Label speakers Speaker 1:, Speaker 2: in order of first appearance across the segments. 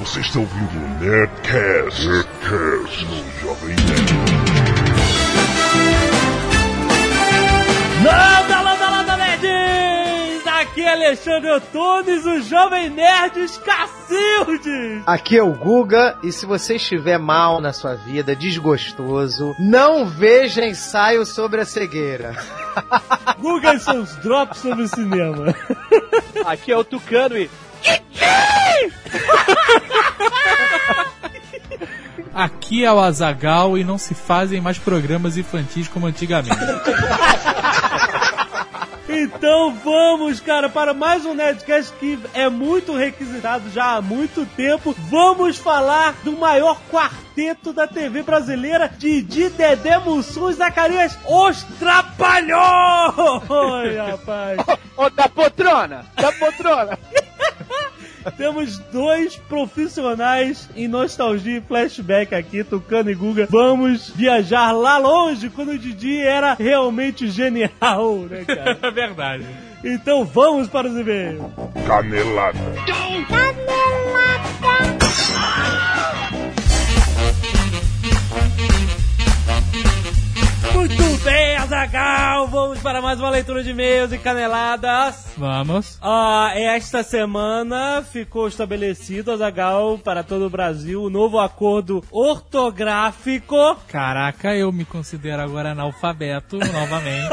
Speaker 1: Você está ouvindo o Nerdcast, Nerdcast no Jovem Nerd.
Speaker 2: Landa, landa, landa, nerds! Aqui é Alexandre Antunes, o Jovem Nerd Cacildes!
Speaker 3: Aqui é o Guga, e se você estiver mal na sua vida, desgostoso, não veja ensaio sobre a cegueira.
Speaker 2: Guga e seus drops sobre o cinema.
Speaker 4: Aqui é o Tucano e...
Speaker 5: Aqui é o Azagal e não se fazem mais programas infantis como antigamente.
Speaker 2: Então vamos, cara, para mais um Nerdcast que é muito requisitado já há muito tempo. Vamos falar do maior quarteto da TV brasileira, Didi, Dedé, Mussum e Zacarias, os Trapalhões, rapaz.
Speaker 4: Ô, da potrona, da potrona.
Speaker 2: Temos dois profissionais em nostalgia e flashback aqui, Tucano e Guga. Vamos viajar lá longe, quando o Didi era realmente genial, né, cara?
Speaker 5: É verdade.
Speaker 2: Então vamos para os e-mails.
Speaker 1: Canelada. Canelada.
Speaker 2: Muito bem, Azagal! Vamos para mais uma leitura de e-mails e caneladas.
Speaker 5: Vamos.
Speaker 2: Ah, esta semana ficou estabelecido, Azagal, para todo o Brasil, o novo acordo ortográfico.
Speaker 5: Caraca, eu me considero agora analfabeto novamente.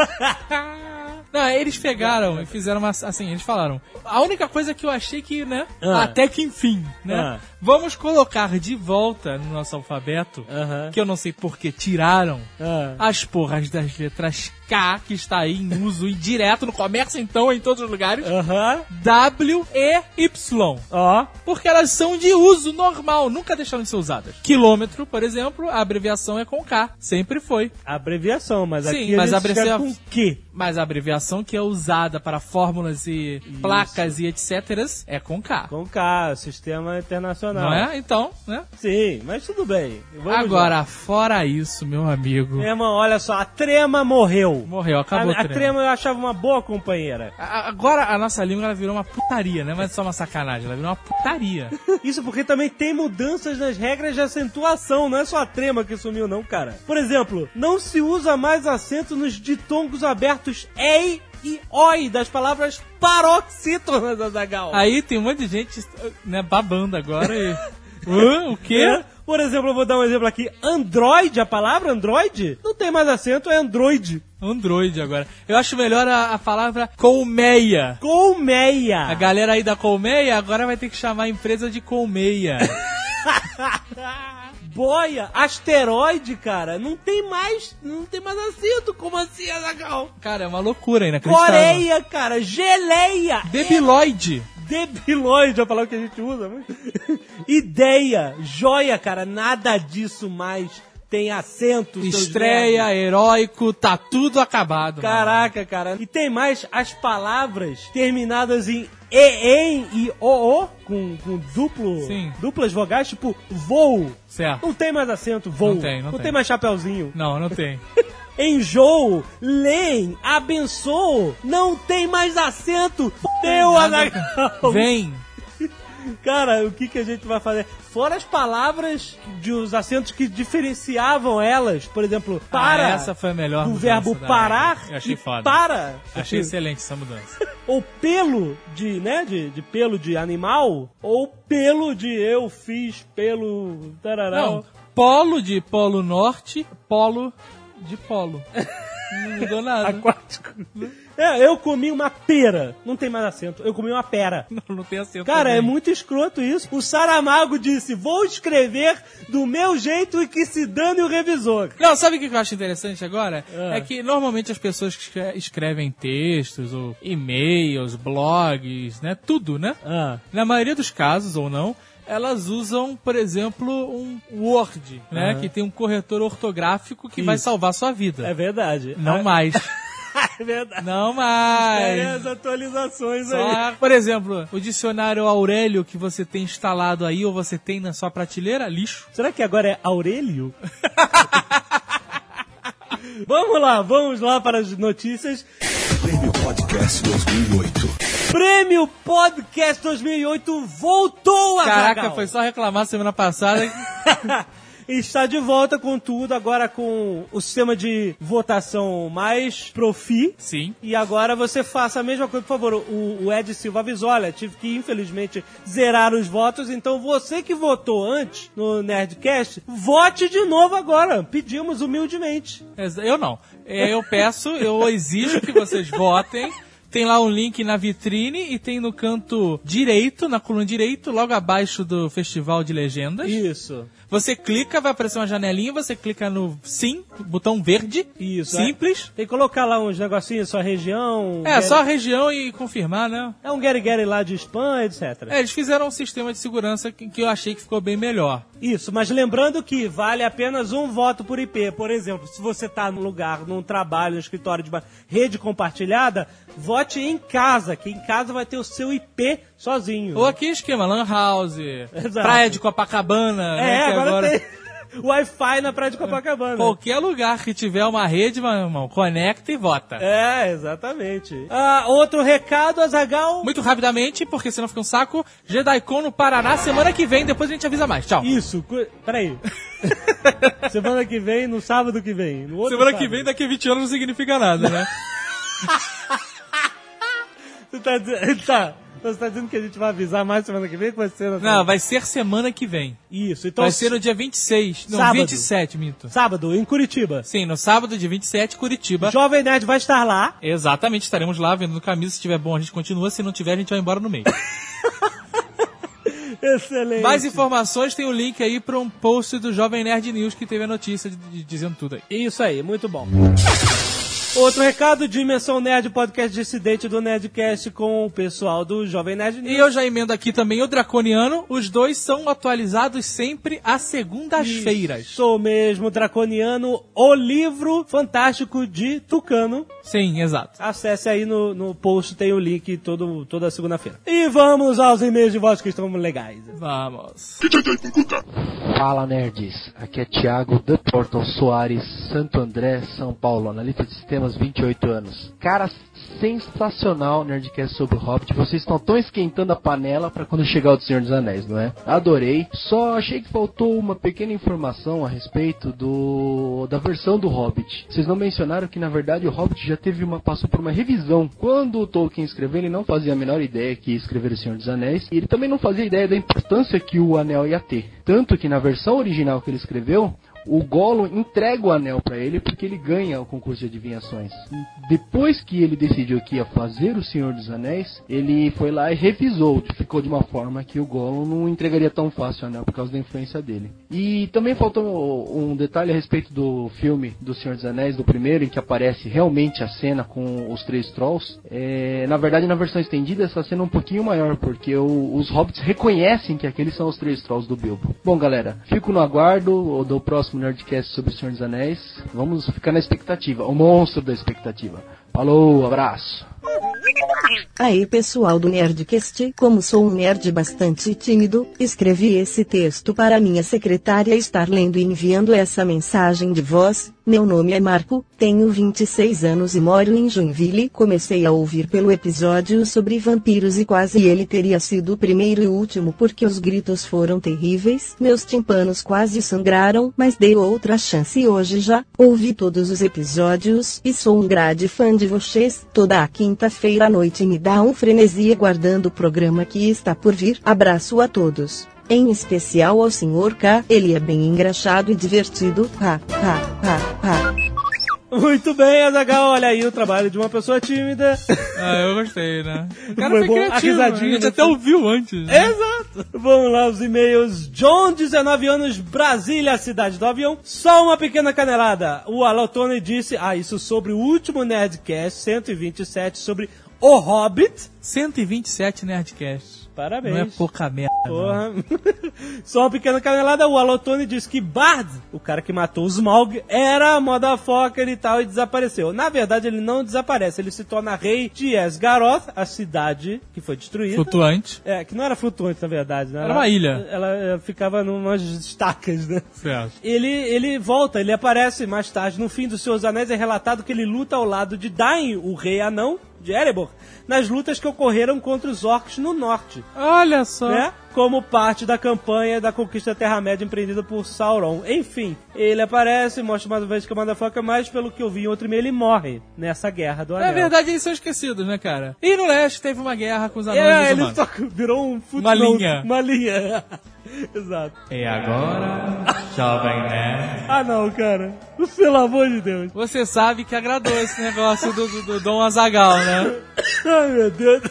Speaker 5: Não, eles pegaram e fizeram uma. Assim, eles falaram. A única coisa que eu achei que, né?
Speaker 2: Ah.
Speaker 5: Até que enfim, né?
Speaker 2: Ah.
Speaker 5: Vamos colocar de volta no nosso alfabeto,
Speaker 2: Aham.
Speaker 5: que eu não sei por que tiraram,
Speaker 2: Ah.
Speaker 5: as porras das letras K, que está aí em uso e direto no comércio, então, em todos os lugares,
Speaker 2: Ah. Aham.
Speaker 5: W e Y.
Speaker 2: Ó.
Speaker 5: Porque elas são de uso normal, nunca deixaram de ser usadas. Quilômetro, por exemplo, a abreviação é com K, sempre foi.
Speaker 2: Abreviação, mas
Speaker 5: Sim,
Speaker 2: aqui
Speaker 5: mas
Speaker 2: a gente
Speaker 5: abreviação-
Speaker 2: escreve com Q.
Speaker 5: Mas a abreviação que é usada para fórmulas e placas e etc. é com K.
Speaker 2: Com K, sistema internacional.
Speaker 5: Não é? Então, né?
Speaker 2: Sim, mas tudo bem. Vamos
Speaker 5: Agora, fora isso, meu amigo.
Speaker 2: lá. Meu irmão, olha só, a Trema morreu.
Speaker 5: Morreu, acabou
Speaker 2: a, a Trema eu achava uma boa companheira.
Speaker 5: A- Agora a nossa língua ela virou uma putaria, né? Mas só uma sacanagem, ela virou uma putaria.
Speaker 2: Isso porque também tem mudanças nas regras de acentuação, não é só a trema que sumiu, não, cara. Por exemplo, não se usa mais acento nos ditongos abertos EI e OI das palavras paroxítonas, Azagal.
Speaker 5: Aí tem um monte de gente né, babando agora e. Hã? o quê?
Speaker 2: É. Por exemplo, eu vou dar um exemplo aqui. Android, a palavra Android, não tem mais acento, é Android.
Speaker 5: Android Um agora. Eu acho melhor a, a palavra colmeia. A
Speaker 2: Colmeia.
Speaker 5: galera aí da colmeia agora vai ter que chamar a empresa de colmeia.
Speaker 2: Boia, asteroide, cara, não tem mais, não tem mais acento. Como assim, Azagal?
Speaker 5: Cara, é uma loucura, inacreditável.
Speaker 2: Coreia, cara, geleia.
Speaker 5: Debiloide.
Speaker 2: Debiloide, a palavra que a gente usa, mas... Ideia, joia, cara, nada disso mais tem acento. seus
Speaker 5: Estreia,
Speaker 2: merda.
Speaker 5: heróico, tá tudo acabado.
Speaker 2: Caraca, cara. E tem mais as palavras terminadas em EEM e OO, com, com duplo,
Speaker 5: Sim.
Speaker 2: duplas vogais, tipo voo.
Speaker 5: mano. Certo.
Speaker 2: Não tem mais acento, voo.
Speaker 5: Não tem, não tem.
Speaker 2: mais chapeuzinho.
Speaker 5: Não, não tem.
Speaker 2: Enjoo, leem, abençoo, não tem mais acento. Deu, Anagal.
Speaker 5: Vem.
Speaker 2: Cara, o que, que a gente vai fazer? Fora as palavras de os acentos que diferenciavam elas, por exemplo, para.
Speaker 5: Ah, essa foi a melhor
Speaker 2: do
Speaker 5: mudança
Speaker 2: verbo
Speaker 5: da-
Speaker 2: parar.
Speaker 5: Eu achei
Speaker 2: e
Speaker 5: foda.
Speaker 2: Para. Tipo,
Speaker 5: Achei excelente essa mudança.
Speaker 2: Ou pelo de, né, de, de pelo de animal, ou pelo de eu fiz pelo tarará.
Speaker 5: Não, polo de polo norte, polo de polo. Não mudou nada.
Speaker 2: Aquático. É, eu comi uma pera. Não tem mais acento. Eu comi uma pera.
Speaker 5: Não, não tem acento.
Speaker 2: Cara,
Speaker 5: também.
Speaker 2: é muito escroto isso. O Saramago disse: vou escrever do meu jeito e que se dane o revisor.
Speaker 5: Não, sabe o que eu acho interessante agora?
Speaker 2: Ah.
Speaker 5: É que normalmente as pessoas que escre- escrevem textos, ou e-mails, blogs, né? Tudo, né?
Speaker 2: Ah.
Speaker 5: Na maioria dos casos, ou não, elas usam, por exemplo, um Word, né? Que tem um corretor ortográfico que vai salvar sua vida.
Speaker 2: Ah. É verdade.
Speaker 5: Não
Speaker 2: é,
Speaker 5: mais.
Speaker 2: É verdade.
Speaker 5: Não
Speaker 2: É,
Speaker 5: mais.
Speaker 2: as atualizações aí.
Speaker 5: Só, por exemplo, o dicionário Aurélio que você tem instalado aí ou você tem na sua prateleira, lixo.
Speaker 2: Será que agora é Aurélio? vamos lá, vamos lá para as notícias.
Speaker 6: Prêmio Podcast 2008.
Speaker 2: Prêmio Podcast 2008 voltou a
Speaker 5: Caraca, foi só reclamar semana passada.
Speaker 2: Está de volta com tudo, agora com o sistema de votação mais profi.
Speaker 5: Sim.
Speaker 2: E agora você faça a mesma coisa, por favor. O, o Ed Silva avisou: olha, tive que infelizmente zerar os votos, então você que votou antes no Nerdcast, vote de novo agora. Pedimos humildemente.
Speaker 5: Exa- Eu não. É, Eu peço, eu exijo que vocês votem. Tem lá um link na vitrine e tem no canto direito, na coluna direito, logo abaixo do Festival de Legendas.
Speaker 2: Isso.
Speaker 5: Você clica, vai aparecer uma janelinha, você clica no sim, botão verde.
Speaker 2: Isso, é.
Speaker 5: Simples.
Speaker 2: Tem que colocar lá uns negocinhos, sua região. um
Speaker 5: É,
Speaker 2: get-
Speaker 5: só a região e confirmar, né?
Speaker 2: É um Gary Gary lá de spam, etc.
Speaker 5: É, eles fizeram um sistema de segurança que, que eu achei que ficou bem melhor.
Speaker 2: Isso, mas lembrando que vale apenas um voto por IP. Por exemplo, se você tá num lugar, num trabalho, num escritório de uma rede compartilhada, vote em casa, que em casa vai ter o seu IP sozinho.
Speaker 5: Ou aqui esquema, Lan House,
Speaker 2: Exato.
Speaker 5: Praia de Copacabana,
Speaker 2: é,
Speaker 5: né? que
Speaker 2: agora, tem Wi-Fi na Praia de Copacabana.
Speaker 5: Qualquer lugar que tiver uma rede, meu irmão, conecta e vota.
Speaker 2: É, exatamente. Ah, outro recado, Azagal.
Speaker 5: Muito rapidamente, porque senão fica um saco, JediCon no Paraná semana que vem, depois a gente avisa mais. Tchau.
Speaker 2: Isso, cu- peraí. Semana que vem, no sábado que vem. No outro
Speaker 5: Semana que
Speaker 2: sábado.
Speaker 5: vem, daqui a 20 anos, não significa nada, né?
Speaker 2: Tu tá dizendo, tá. Você tá dizendo que a gente vai avisar mais semana que vem? Que vai ser na
Speaker 5: não, vai ser semana que vem.
Speaker 2: Isso, então.
Speaker 5: vai ser no dia 26, não,
Speaker 2: Sábado.
Speaker 5: 27, minto.
Speaker 2: Sábado, em Curitiba.
Speaker 5: Sim, no sábado, dia 27, Curitiba.
Speaker 2: Jovem Nerd vai estar lá.
Speaker 5: Exatamente, estaremos lá vendo camisa. Se tiver bom, a gente continua. Se não tiver, a gente vai embora no meio.
Speaker 2: Excelente.
Speaker 5: Mais informações tem o link aí pra um post do Jovem Nerd News que teve a notícia de- de- dizendo tudo aí.
Speaker 2: Isso aí, muito bom. Outro recado, Dimensão Nerd, podcast dissidente do Nerdcast com o pessoal do Jovem Nerd
Speaker 5: E
Speaker 2: News.
Speaker 5: eu já emendo aqui também o Draconiano. Os dois são atualizados sempre às segundas-feiras.
Speaker 2: Sou mesmo draconiano, o livro fantástico de Tucano.
Speaker 5: Sim, exato.
Speaker 2: Acesse aí no, no post, tem o link todo, toda segunda-feira. E vamos aos e-mails de voz que estão legais.
Speaker 5: Vamos.
Speaker 6: Fala nerds, aqui é Thiago de Portal Soares, Santo André, São Paulo, analista de sistemas, 28 anos. Cara, sensacional o Nerdcast sobre o Hobbit, vocês estão tão esquentando a panela pra quando chegar o do Senhor dos Anéis, não é? Adorei, só achei que faltou uma pequena informação a respeito do da versão do Hobbit. Vocês não mencionaram que na verdade o Hobbit já teve uma passou por uma revisão. Então, Quando o Tolkien escreveu, ele não fazia a menor ideia que ia escrever o Senhor dos Anéis, e ele também não fazia ideia da importância que o anel ia ter. Tanto que na versão original que ele escreveu, o Gollum entrega o anel pra ele porque ele ganha o concurso de adivinhações. Depois que ele decidiu que ia fazer o Senhor dos Anéis, ele foi lá e revisou, tipo, ficou de uma forma que o Gollum não entregaria tão fácil o anel por causa da influência dele. E também faltou um detalhe a respeito do filme do Senhor dos Anéis, do primeiro, em que aparece realmente a cena com os três trolls. É, na verdade, na versão estendida, essa cena é um pouquinho maior, porque o- os hobbits reconhecem que aqueles são os três trolls do Bilbo. Bom, galera, fico no aguardo do próximo Nerdcast sobre o Senhor dos Anéis. Vamos ficar na expectativa, o monstro da expectativa. Falou, abraço!
Speaker 7: Aí pessoal do Nerdcast, como sou um nerd bastante tímido, escrevi esse texto para minha secretária estar lendo e enviando essa mensagem de voz. Meu nome é Marco, tenho 26 anos e moro em Joinville. Comecei a ouvir pelo episódio sobre vampiros e quase ele teria sido o primeiro e último porque os gritos foram terríveis. Meus timpanos quase sangraram, mas dei outra chance e hoje já ouvi todos os episódios e sou um grande fã de vocês. Toda a quinta-feira à noite me dá um frenesi aguardando o programa que está por vir. Abraço a todos. Em especial ao Sr. K, ele é bem engraxado e divertido. Ha, ha, ha, ha.
Speaker 2: Muito bem, Azagal, olha aí o trabalho de uma pessoa tímida.
Speaker 5: Ah, eu gostei, né? O cara
Speaker 2: Foi
Speaker 5: foi,
Speaker 2: bom. A
Speaker 5: criativo. né? A,
Speaker 2: risadinha É?
Speaker 5: gente
Speaker 2: no
Speaker 5: até
Speaker 2: fundo.
Speaker 5: ouviu antes. né?
Speaker 2: Exato. Vamos lá os e-mails. John, 19 anos, Brasília, cidade do avião. Só uma pequena canelada. O Alotone disse, ah, isso sobre o último Nerdcast 127 sobre O Hobbit.
Speaker 5: 127 Nerdcasts.
Speaker 2: Parabéns.
Speaker 5: Não é pouca merda. não.
Speaker 2: Porra. Só uma pequena canelada, o Alotone disse que Bard, o cara que matou o Smaug, era motherfucker e tal e desapareceu. Na verdade, ele não desaparece, ele se torna rei de Esgaroth, a cidade que foi destruída.
Speaker 5: Flutuante.
Speaker 2: É, que não era flutuante, na verdade, né?
Speaker 5: Era uma ilha.
Speaker 2: Ela, eh, ficava numas estacas, né?
Speaker 5: Certo.
Speaker 2: Ele, ele volta, ele aparece mais tarde no fim dos Seus Anéis. É relatado que ele luta ao lado de Dain, o rei anão, de Erebor nas lutas que ocorreram contra os orcs no norte,
Speaker 5: Olha só.
Speaker 2: né? Como parte da campanha da conquista da Terra-média empreendida por Sauron. Enfim, ele aparece, mostra mais uma vez que é motherfucker, mas pelo que eu vi em outro e-mail, ele morre nessa guerra do anel.
Speaker 5: Na É verdade, eles são esquecidos, né, cara? E no leste teve uma guerra com os anões
Speaker 2: É,
Speaker 5: e os
Speaker 2: ele
Speaker 5: humanos.
Speaker 2: só virou um futebol.
Speaker 5: Uma linha.
Speaker 2: Uma linha. Exato.
Speaker 5: E agora, jovem né?
Speaker 2: Ah, não, cara. Pelo amor de Deus.
Speaker 5: Você sabe que agradou esse negócio do, do, do Dom Azagal, né?
Speaker 2: Ai, meu Deus.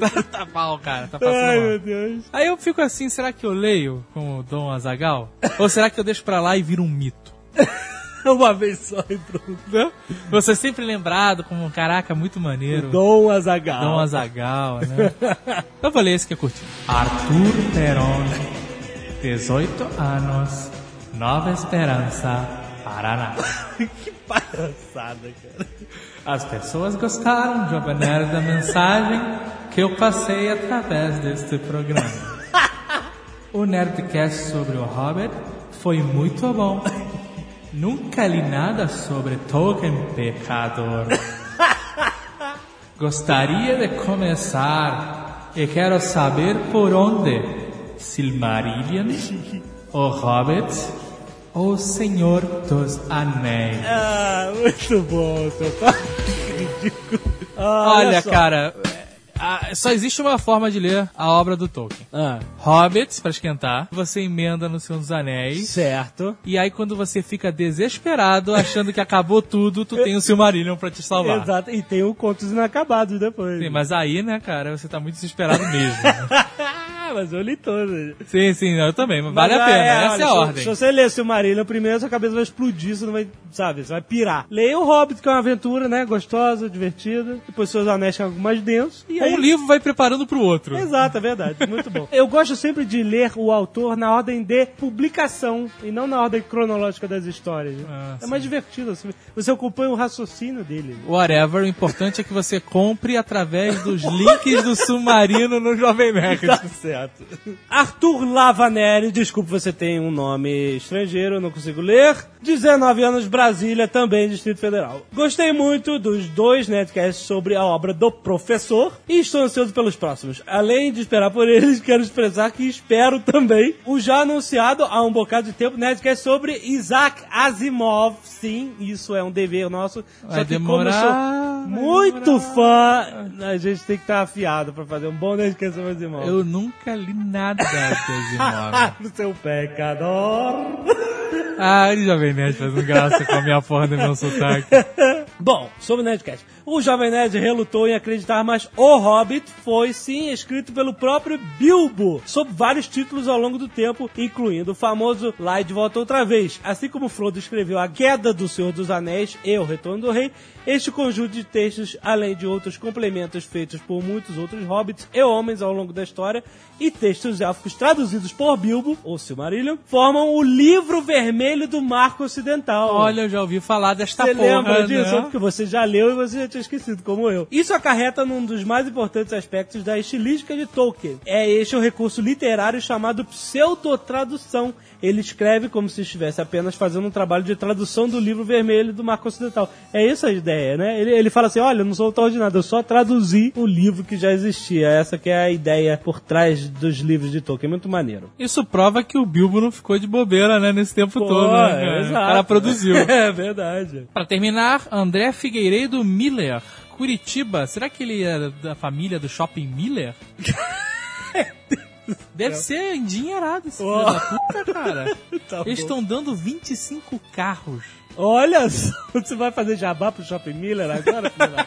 Speaker 5: Tá, tá mal, cara, tá
Speaker 2: Ai,
Speaker 5: passando
Speaker 2: meu
Speaker 5: mal.
Speaker 2: Deus.
Speaker 5: Aí eu fico assim, será que eu leio com o Dom Azagal? Ou será que eu deixo pra lá e viro um mito?
Speaker 2: Uma vez só então. e pronto.
Speaker 5: Né? Você é sempre lembrado como, caraca, muito maneiro.
Speaker 2: Dom Azagal.
Speaker 5: Dom Azagal, né? Eu vou ler esse que eu curti. Arthur Teron, 18 anos, Nova Esperança, Paraná.
Speaker 2: Que palhaçada, cara.
Speaker 5: As pessoas gostaram, Jovem Nerd, da mensagem que eu passei através deste programa. O Nerdcast sobre o Hobbit foi muito bom. Nunca li nada sobre Tolkien Pecador. Gostaria de começar e quero saber por onde. Silmarillion, O Hobbit ou Senhor dos Anéis?
Speaker 2: Ah, muito bom, seu pai. Ridículo. Ah,
Speaker 5: Olha,
Speaker 2: só.
Speaker 5: cara, é, a- só existe uma forma de ler a obra do Tolkien.
Speaker 2: Ah,
Speaker 5: Hobbits, pra esquentar, você emenda no Senhor dos Anéis.
Speaker 2: certo.
Speaker 5: E aí, quando você fica desesperado, achando que acabou tudo, tu tem o Silmarillion pra te salvar.
Speaker 2: Exato. E tem o Contos Inacabados depois.
Speaker 5: Sim, mas aí, né, cara, você tá muito desesperado mesmo. né?
Speaker 2: Ah, mas eu li todas.
Speaker 5: sim, sim, eu também, mas, vale a
Speaker 2: ah,
Speaker 5: pena,
Speaker 2: é,
Speaker 5: essa
Speaker 2: olha,
Speaker 5: é a
Speaker 2: se-
Speaker 5: ordem.
Speaker 2: Se você ler Silmarillion primeiro, sua cabeça vai explodir, você não vai, sabe, você vai pirar. Leia o Hobbit, que é uma aventura, né, gostosa, divertida. Depois seus anéis ficam mais densos. E aí...
Speaker 5: Um livro vai preparando pro outro.
Speaker 2: Exato, é verdade. Muito bom. Eu gosto sempre de ler o autor na ordem de publicação e não na ordem cronológica das histórias. né?
Speaker 5: Ah,
Speaker 2: é mais divertido. assim. Você acompanha o raciocínio dele. né?
Speaker 5: Whatever, o importante é que você compre através dos links do Submarino no Jovem Nerd.
Speaker 2: Tá certo. Arthur Lavanelli, desculpe, você tem um nome estrangeiro, eu não consigo ler. 19 anos, Brasília, também Distrito Federal. Gostei muito dos dois netcasts sobre a obra do professor e estou ansioso pelos próximos. Além de esperar por eles, quero expressar que espero também o já anunciado há um bocado de tempo netcast sobre Isaac Asimov. Sim, isso é um dever nosso.
Speaker 5: Vai
Speaker 2: que
Speaker 5: demorar,
Speaker 2: como eu sou
Speaker 5: vai
Speaker 2: muito fã, a gente tem que estar afiado pra fazer um bom netcast sobre Asimov.
Speaker 5: Eu nunca li nada de Asimov.
Speaker 2: No seu pecador.
Speaker 5: Ah, ele já vem nerd fazendo graça com a minha porra do meu sotaque.
Speaker 2: Bom, sobre o Nerdcast. O Jovem Nerd relutou em acreditar, mas O Hobbit foi sim escrito pelo próprio Bilbo, sob vários títulos ao longo do tempo, incluindo o famoso Lá e de Volta Outra Vez. Assim como Frodo escreveu A Queda do Senhor dos Anéis e O Retorno do Rei, este conjunto de textos, além de outros complementos feitos por muitos outros hobbits e homens ao longo da história, e textos élficos traduzidos por Bilbo, ou Silmarillion, formam o Livro Vermelho do Marco Ocidental.
Speaker 5: Olha, eu já ouvi falar desta
Speaker 2: Você
Speaker 5: porra,
Speaker 2: lembra disso?
Speaker 5: né?
Speaker 2: Porque você já leu e você já tinha esquecido, como eu. é, Isso acarreta num dos mais importantes aspectos da estilística de Tolkien. É este o recurso literário chamado pseudotradução. Ele escreve como se estivesse apenas fazendo um trabalho de tradução do livro vermelho do Marco Ocidental. É essa a ideia, né? Ele, ele fala assim: olha, eu não sou autor de nada, eu só traduzi o livro que já existia. Essa que é a ideia por trás dos livros de Tolkien. Muito maneiro.
Speaker 5: Isso prova que o Bilbo não ficou de bobeira, né, nesse tempo
Speaker 2: Pô, é,
Speaker 5: todo, né, cara?
Speaker 2: exato.
Speaker 5: O cara produziu.
Speaker 2: É verdade.
Speaker 5: Pra terminar, André Figueiredo Miller. Curitiba, será que ele é da família do Shopping Miller? Deve ser endinheirado esse filho
Speaker 2: Oh.
Speaker 5: da puta, cara.
Speaker 2: Tá
Speaker 5: Eles
Speaker 2: bom.
Speaker 5: estão dando 25 carros.
Speaker 2: Olha só, você vai fazer jabá pro Shopping Miller agora? filho da-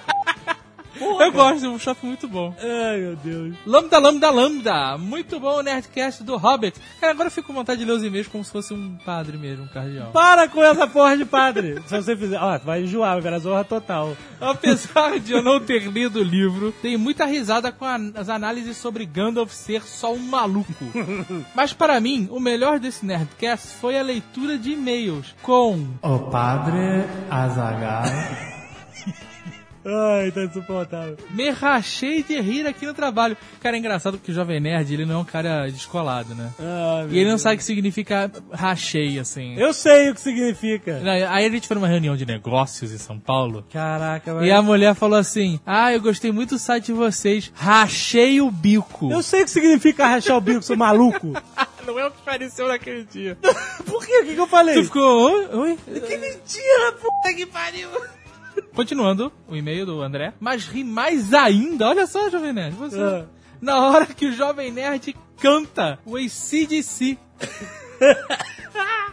Speaker 5: eu gosto, é um shopping muito bom.
Speaker 2: Ai, meu Deus.
Speaker 5: Lambda, lambda, lambda. Muito bom o Nerdcast do Hobbit. Cara, agora eu fico com vontade de ler os e-mails como se fosse um padre mesmo, um cardeal.
Speaker 2: Para com essa porra de padre. Se você fizer... Ó, vai enjoar, vai virar zorra total.
Speaker 5: Apesar de eu não ter lido o livro, dei muita risada com a- as análises sobre Gandalf ser só um maluco. Mas para mim, o melhor desse Nerdcast foi a leitura de e-mails com... O Padre Azaghal
Speaker 2: Ai, tá insuportável.
Speaker 5: Me rachei de rir aqui no trabalho. Cara, é engraçado porque o Jovem Nerd, ele não é um cara descolado, né?
Speaker 2: Ai, meu
Speaker 5: E ele não
Speaker 2: Deus.
Speaker 5: sabe o que significa rachei, assim.
Speaker 2: Eu sei o que significa.
Speaker 5: Não, Aí a gente foi numa reunião de negócios em São Paulo.
Speaker 2: Caraca,
Speaker 5: E a mulher falou assim: Ah, eu gostei muito do site de vocês. Rachei o bico.
Speaker 2: Eu sei o que significa rachar o bico, seu maluco.
Speaker 5: Não é o que pareceu naquele dia.
Speaker 2: Por quê? O que, que eu falei?
Speaker 5: Tu ficou. Oi? Oi?
Speaker 2: Que mentira, puta que pariu.
Speaker 5: Continuando o e-mail do André. Mas ri mais ainda. Olha só, Jovem Nerd. Você,
Speaker 2: Ah.
Speaker 5: Na hora que o Jovem Nerd canta o ACDC.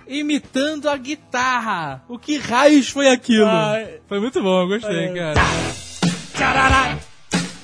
Speaker 5: Imitando a guitarra. O que raios foi aquilo?
Speaker 2: Ai.
Speaker 5: Foi muito bom, eu gostei,
Speaker 2: Ai.
Speaker 5: cara. Carará!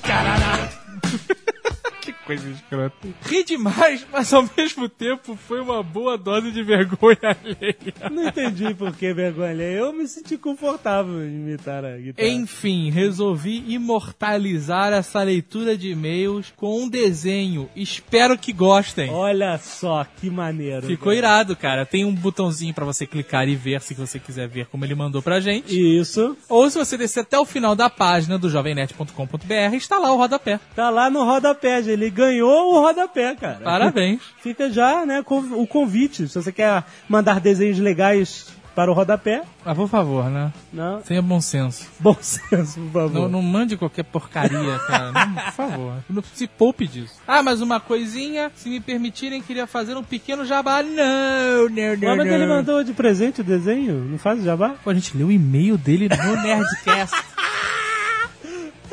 Speaker 5: Carará! que coisa escrota. Ri demais, mas ao mesmo tempo foi uma boa dose de vergonha alheia.
Speaker 2: Não entendi por que vergonha. alheia. Eu me senti confortável em imitar a guitarra.
Speaker 5: Enfim, resolvi imortalizar essa leitura de e-mails com um desenho. Espero que gostem.
Speaker 2: Olha só que maneiro.
Speaker 5: Ficou
Speaker 2: cara.
Speaker 5: irado, cara. Tem um botãozinho pra você clicar e ver se você quiser ver como ele mandou pra gente.
Speaker 2: Isso.
Speaker 5: Ou se você descer até o final da página do jovemnet.com.br, está lá o rodapé.
Speaker 2: Tá lá no rodapé, gente. ele ganhou o rodapé, cara.
Speaker 5: Parabéns.
Speaker 2: Fica já, né, com- o convite. Se você quer mandar desenhos legais para o rodapé,
Speaker 5: Mas por favor, né?
Speaker 2: não.
Speaker 5: Tenha bom senso.
Speaker 2: Bom senso, por favor.
Speaker 5: Não, não mande qualquer porcaria, cara. Não, por favor. Não se poupe disso. Ah, mas uma coisinha, se me permitirem, queria fazer um pequeno jabá. Não, não, não.
Speaker 2: Ah, mas
Speaker 5: não.
Speaker 2: ele mandou de presente o desenho? Não faz jabá?
Speaker 5: Pô, a gente leu o e-mail dele no Nerdcast.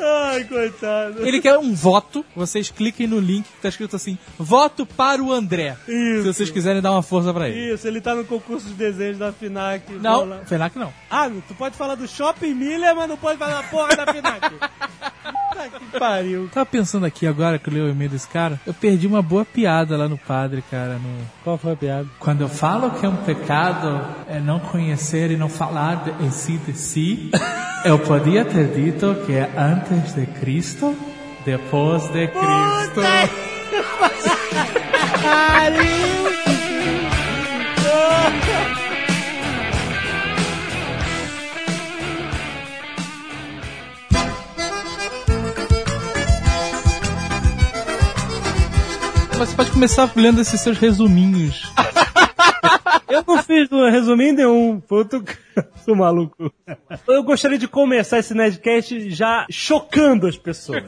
Speaker 2: Ai, coitado.
Speaker 5: Ele quer um voto. Vocês cliquem no link que tá escrito assim: Voto para o André.
Speaker 2: Isso.
Speaker 5: Se vocês quiserem dar uma força pra ele.
Speaker 2: Isso, ele tá no concurso de desenhos da FINAC.
Speaker 5: Não,
Speaker 2: Bola.
Speaker 5: Fenac não.
Speaker 2: Ah, tu pode falar do Shopping Milha, mas não pode falar da porra da FINAC. Puta que pariu.
Speaker 5: Tava pensando aqui agora que eu leio o e-mail desse cara. Eu perdi uma boa piada lá no padre, cara. No...
Speaker 2: Qual foi a piada?
Speaker 5: Quando eu falo que é um pecado é não conhecer e não falar de, em si de si, eu podia ter dito que é antes de Cristo, depois de Cristo. Você pode começar lendo esses seus resuminhos.
Speaker 2: Eu não fiz do resumindo é nenhum. Foi outro caso, um maluco. Eu gostaria de começar esse Nerdcast já chocando as pessoas.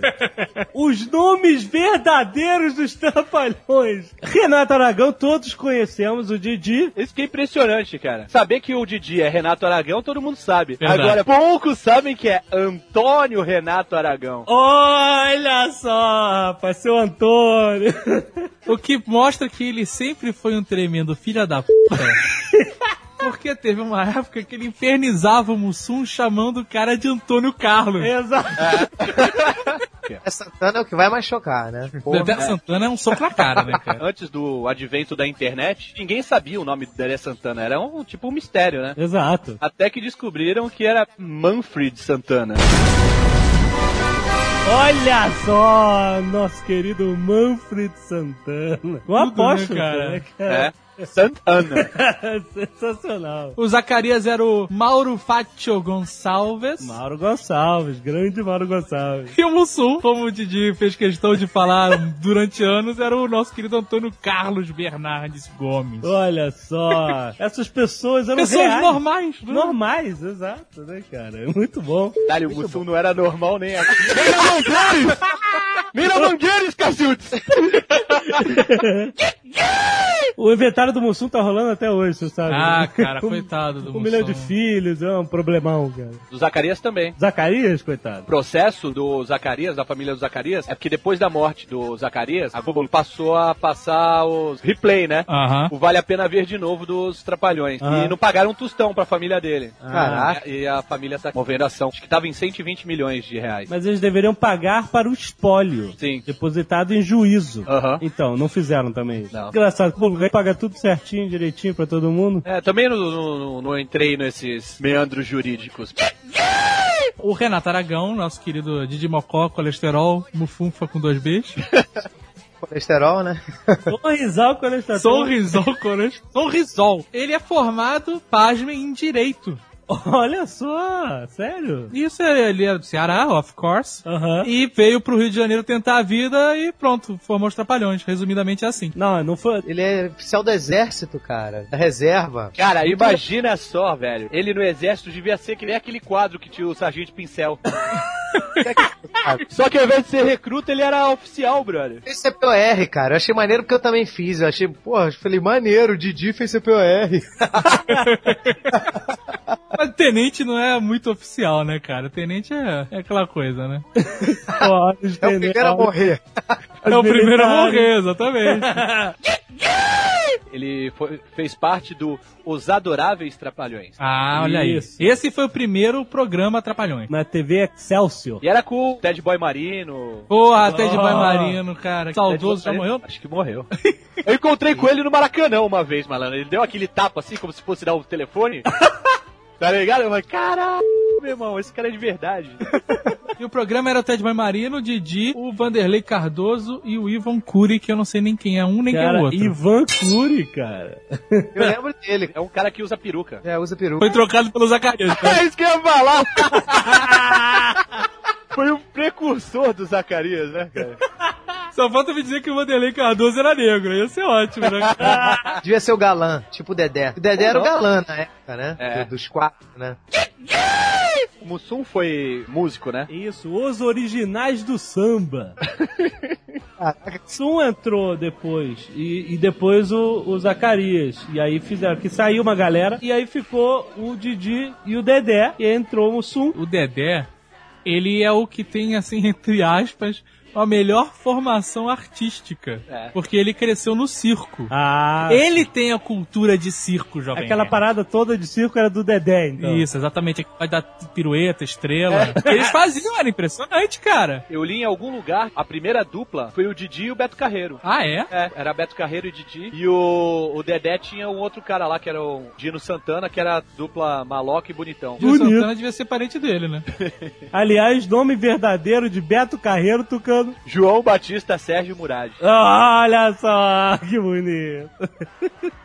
Speaker 2: Os nomes verdadeiros dos trapalhões. Renato Aragão, todos conhecemos o Didi.
Speaker 4: Isso que é impressionante, cara. Saber que o Didi é Renato Aragão, todo mundo sabe.
Speaker 5: Verdade.
Speaker 4: Agora, poucos sabem que é Antônio Renato Aragão.
Speaker 2: Olha só, rapaz, seu Antônio.
Speaker 5: O que mostra que ele sempre foi um tremendo filho da p. Porque teve uma época que ele infernizava o Mussum chamando o cara de Antônio Carlos.
Speaker 2: Exato.
Speaker 3: É Santana é o que vai mais chocar, né?
Speaker 5: Bebé Santana é um soco na cara, né, cara?
Speaker 4: Antes do advento da internet, ninguém sabia o nome do Dedé Santana. Era um tipo um mistério, né?
Speaker 2: Exato.
Speaker 4: Até que descobriram que era Manfred Santana.
Speaker 2: Olha só, nosso querido Manfred Santana. Um
Speaker 5: Tudo, né,
Speaker 2: apóstolo,
Speaker 5: cara?
Speaker 2: né,
Speaker 4: É. Santana.
Speaker 2: Sensacional.
Speaker 5: O Zacarias era o Mauro Fátio Gonçalves.
Speaker 2: Mauro Gonçalves, grande Mauro Gonçalves.
Speaker 5: E o Mussum, como o Didi fez questão de falar durante anos, era o nosso querido Antônio Carlos Bernardes Gomes.
Speaker 2: Olha só, essas pessoas eram
Speaker 5: Pessoas
Speaker 2: reais.
Speaker 5: normais. né?
Speaker 2: Normais, exato, né, cara? Muito bom.
Speaker 4: Dário Mussum não era normal nem aqui. é Mira Mangueiras! Mira Mangueiras, cacildes!
Speaker 2: O inventário do Mussum tá rolando até hoje, você sabe.
Speaker 5: Ah,
Speaker 2: né?
Speaker 5: cara,
Speaker 2: Um-
Speaker 5: coitado do
Speaker 2: Um milhão de
Speaker 5: Mussum.
Speaker 2: filhos, é um problemão, cara.
Speaker 4: Do Zacarias também.
Speaker 2: Zacarias,
Speaker 4: O
Speaker 2: coitado.
Speaker 4: processo do Zacarias, da família do Zacarias, é porque depois da morte do Zacarias, a Globo passou a passar os replay, né?
Speaker 5: Aham.
Speaker 4: O Vale a Pena Ver de novo dos Trapalhões.
Speaker 2: Ah.
Speaker 4: E não pagaram um tostão pra família dele.
Speaker 3: Caraca.
Speaker 4: E a família tá movendo ação. Acho que tava em 120 milhões de reais.
Speaker 2: Mas eles deveriam pagar para o espólio.
Speaker 4: Sim.
Speaker 2: Depositado em juízo.
Speaker 4: Aham.
Speaker 2: Então, não fizeram também isso.
Speaker 4: Não.
Speaker 2: Engraçado, pô, o governo paga tudo certinho, direitinho pra todo mundo.
Speaker 4: É, também não, não- não entrei nesses meandros jurídicos.
Speaker 5: O Renato Aragão, nosso querido Didi Mocó, colesterol, mufunfa com dois Bs.
Speaker 3: Colesterol, né?
Speaker 2: Sorrisal quando eles estão-
Speaker 5: Sorrisol, colesterol. Sorrisol. Ele é formado, pasmem, em direito.
Speaker 2: Olha só, sério?
Speaker 5: Isso é- ele era do Ceará, of course.
Speaker 2: Aham.
Speaker 5: E veio pro Rio de Janeiro tentar a vida e pronto, formou os Trapalhões. Resumidamente é assim.
Speaker 2: Não, não foi.
Speaker 3: Ele é oficial do exército, cara. Da reserva.
Speaker 4: Cara, imagina só, velho. Ele no exército devia ser que nem aquele quadro que tinha o sargento pincel. Só que ao invés de ser recruta, ele era oficial, brother.
Speaker 3: Fez CPOR, cara. Eu achei maneiro porque eu também fiz. Eu achei, porra, eu falei, maneiro, o Didi fez CPOR.
Speaker 5: Mas tenente não é muito oficial, né, cara? Tenente é, é aquela coisa, né?
Speaker 2: Ó, os
Speaker 3: É o primeiro a
Speaker 2: tenentes-
Speaker 3: morrer.
Speaker 5: é o
Speaker 2: os
Speaker 5: primeiro a
Speaker 2: militares.
Speaker 5: morrer, exatamente.
Speaker 4: Ele foi- fez parte do Os Adoráveis Trapalhões.
Speaker 5: ah, olha
Speaker 2: Isso.
Speaker 5: isso. Esse foi o primeiro programa Trapalhões.
Speaker 2: Na TV Excelsior.
Speaker 4: E era com o Ted Boy Marino.
Speaker 5: Porra, até de
Speaker 2: Oh.
Speaker 5: Vai Marino, cara.
Speaker 4: Ah,
Speaker 5: Saudoso, já
Speaker 4: Ted Boy Marino?
Speaker 5: morreu?
Speaker 4: Acho que morreu. Eu encontrei com ele no Maracanã uma vez, malandro. Ele deu aquele tapa assim, como se fosse dar o telefone. tá ligado? Eu falei, caralho, meu irmão, esse cara é de verdade.
Speaker 5: E o programa era o Ted Boy Marino, o Didi, o Vanderlei Cardoso e o Ivan Cury, que eu não sei nem quem é um nem quem é o
Speaker 2: Cara,
Speaker 5: outro.
Speaker 2: Ivan Cury, cara.
Speaker 3: Eu lembro dele.
Speaker 4: É um cara que usa peruca.
Speaker 3: É, usa peruca.
Speaker 5: Foi trocado pelo Zacarias. cara.
Speaker 4: É isso que eu ia falar! Foi o precursor do Zacarias, né, cara?
Speaker 5: Só falta me dizer que o Vanderlei Cardoso era negro. Ia ser ótimo, né? cara?
Speaker 3: Devia ser o galã, tipo o Dedé. O Dedé era o galã na época, né?
Speaker 4: É.
Speaker 3: Do- Dos quatro, né?
Speaker 4: O Mussum foi músico, né?
Speaker 2: Isso, os originais do samba.
Speaker 3: Caraca,
Speaker 2: Sum entrou depois. E, e depois o, o Zacarias. E aí fizeram que saiu uma galera. E aí ficou o Didi e o Dedé. E aí entrou o Sum.
Speaker 5: o Dedé, ele é o que tem, assim, entre aspas, a melhor formação artística.
Speaker 4: É.
Speaker 5: Porque ele cresceu no circo.
Speaker 2: Ah,
Speaker 5: Ele tem a cultura de circo, jovem.
Speaker 2: aquela
Speaker 5: nerd.
Speaker 2: parada toda de circo era do Dedé, então.
Speaker 5: Isso, exatamente. Vai dar pirueta, estrela. Eles faziam, era impressionante, cara.
Speaker 4: Eu li em algum lugar, a primeira dupla foi o Didi e o Beto Carreiro.
Speaker 5: Ah, é?
Speaker 4: É, era Beto Carreiro e Didi. E o, o Dedé tinha um outro cara lá, que era o Dino Santana, que era a dupla maloca e bonitão.
Speaker 5: Gil
Speaker 2: Bonito.
Speaker 5: Santana devia ser parente dele, né?
Speaker 2: Aliás, nome verdadeiro de Beto Carreiro Tucano. Ah,
Speaker 4: João Batista Sérgio Murad.
Speaker 2: Olha só, que bonito.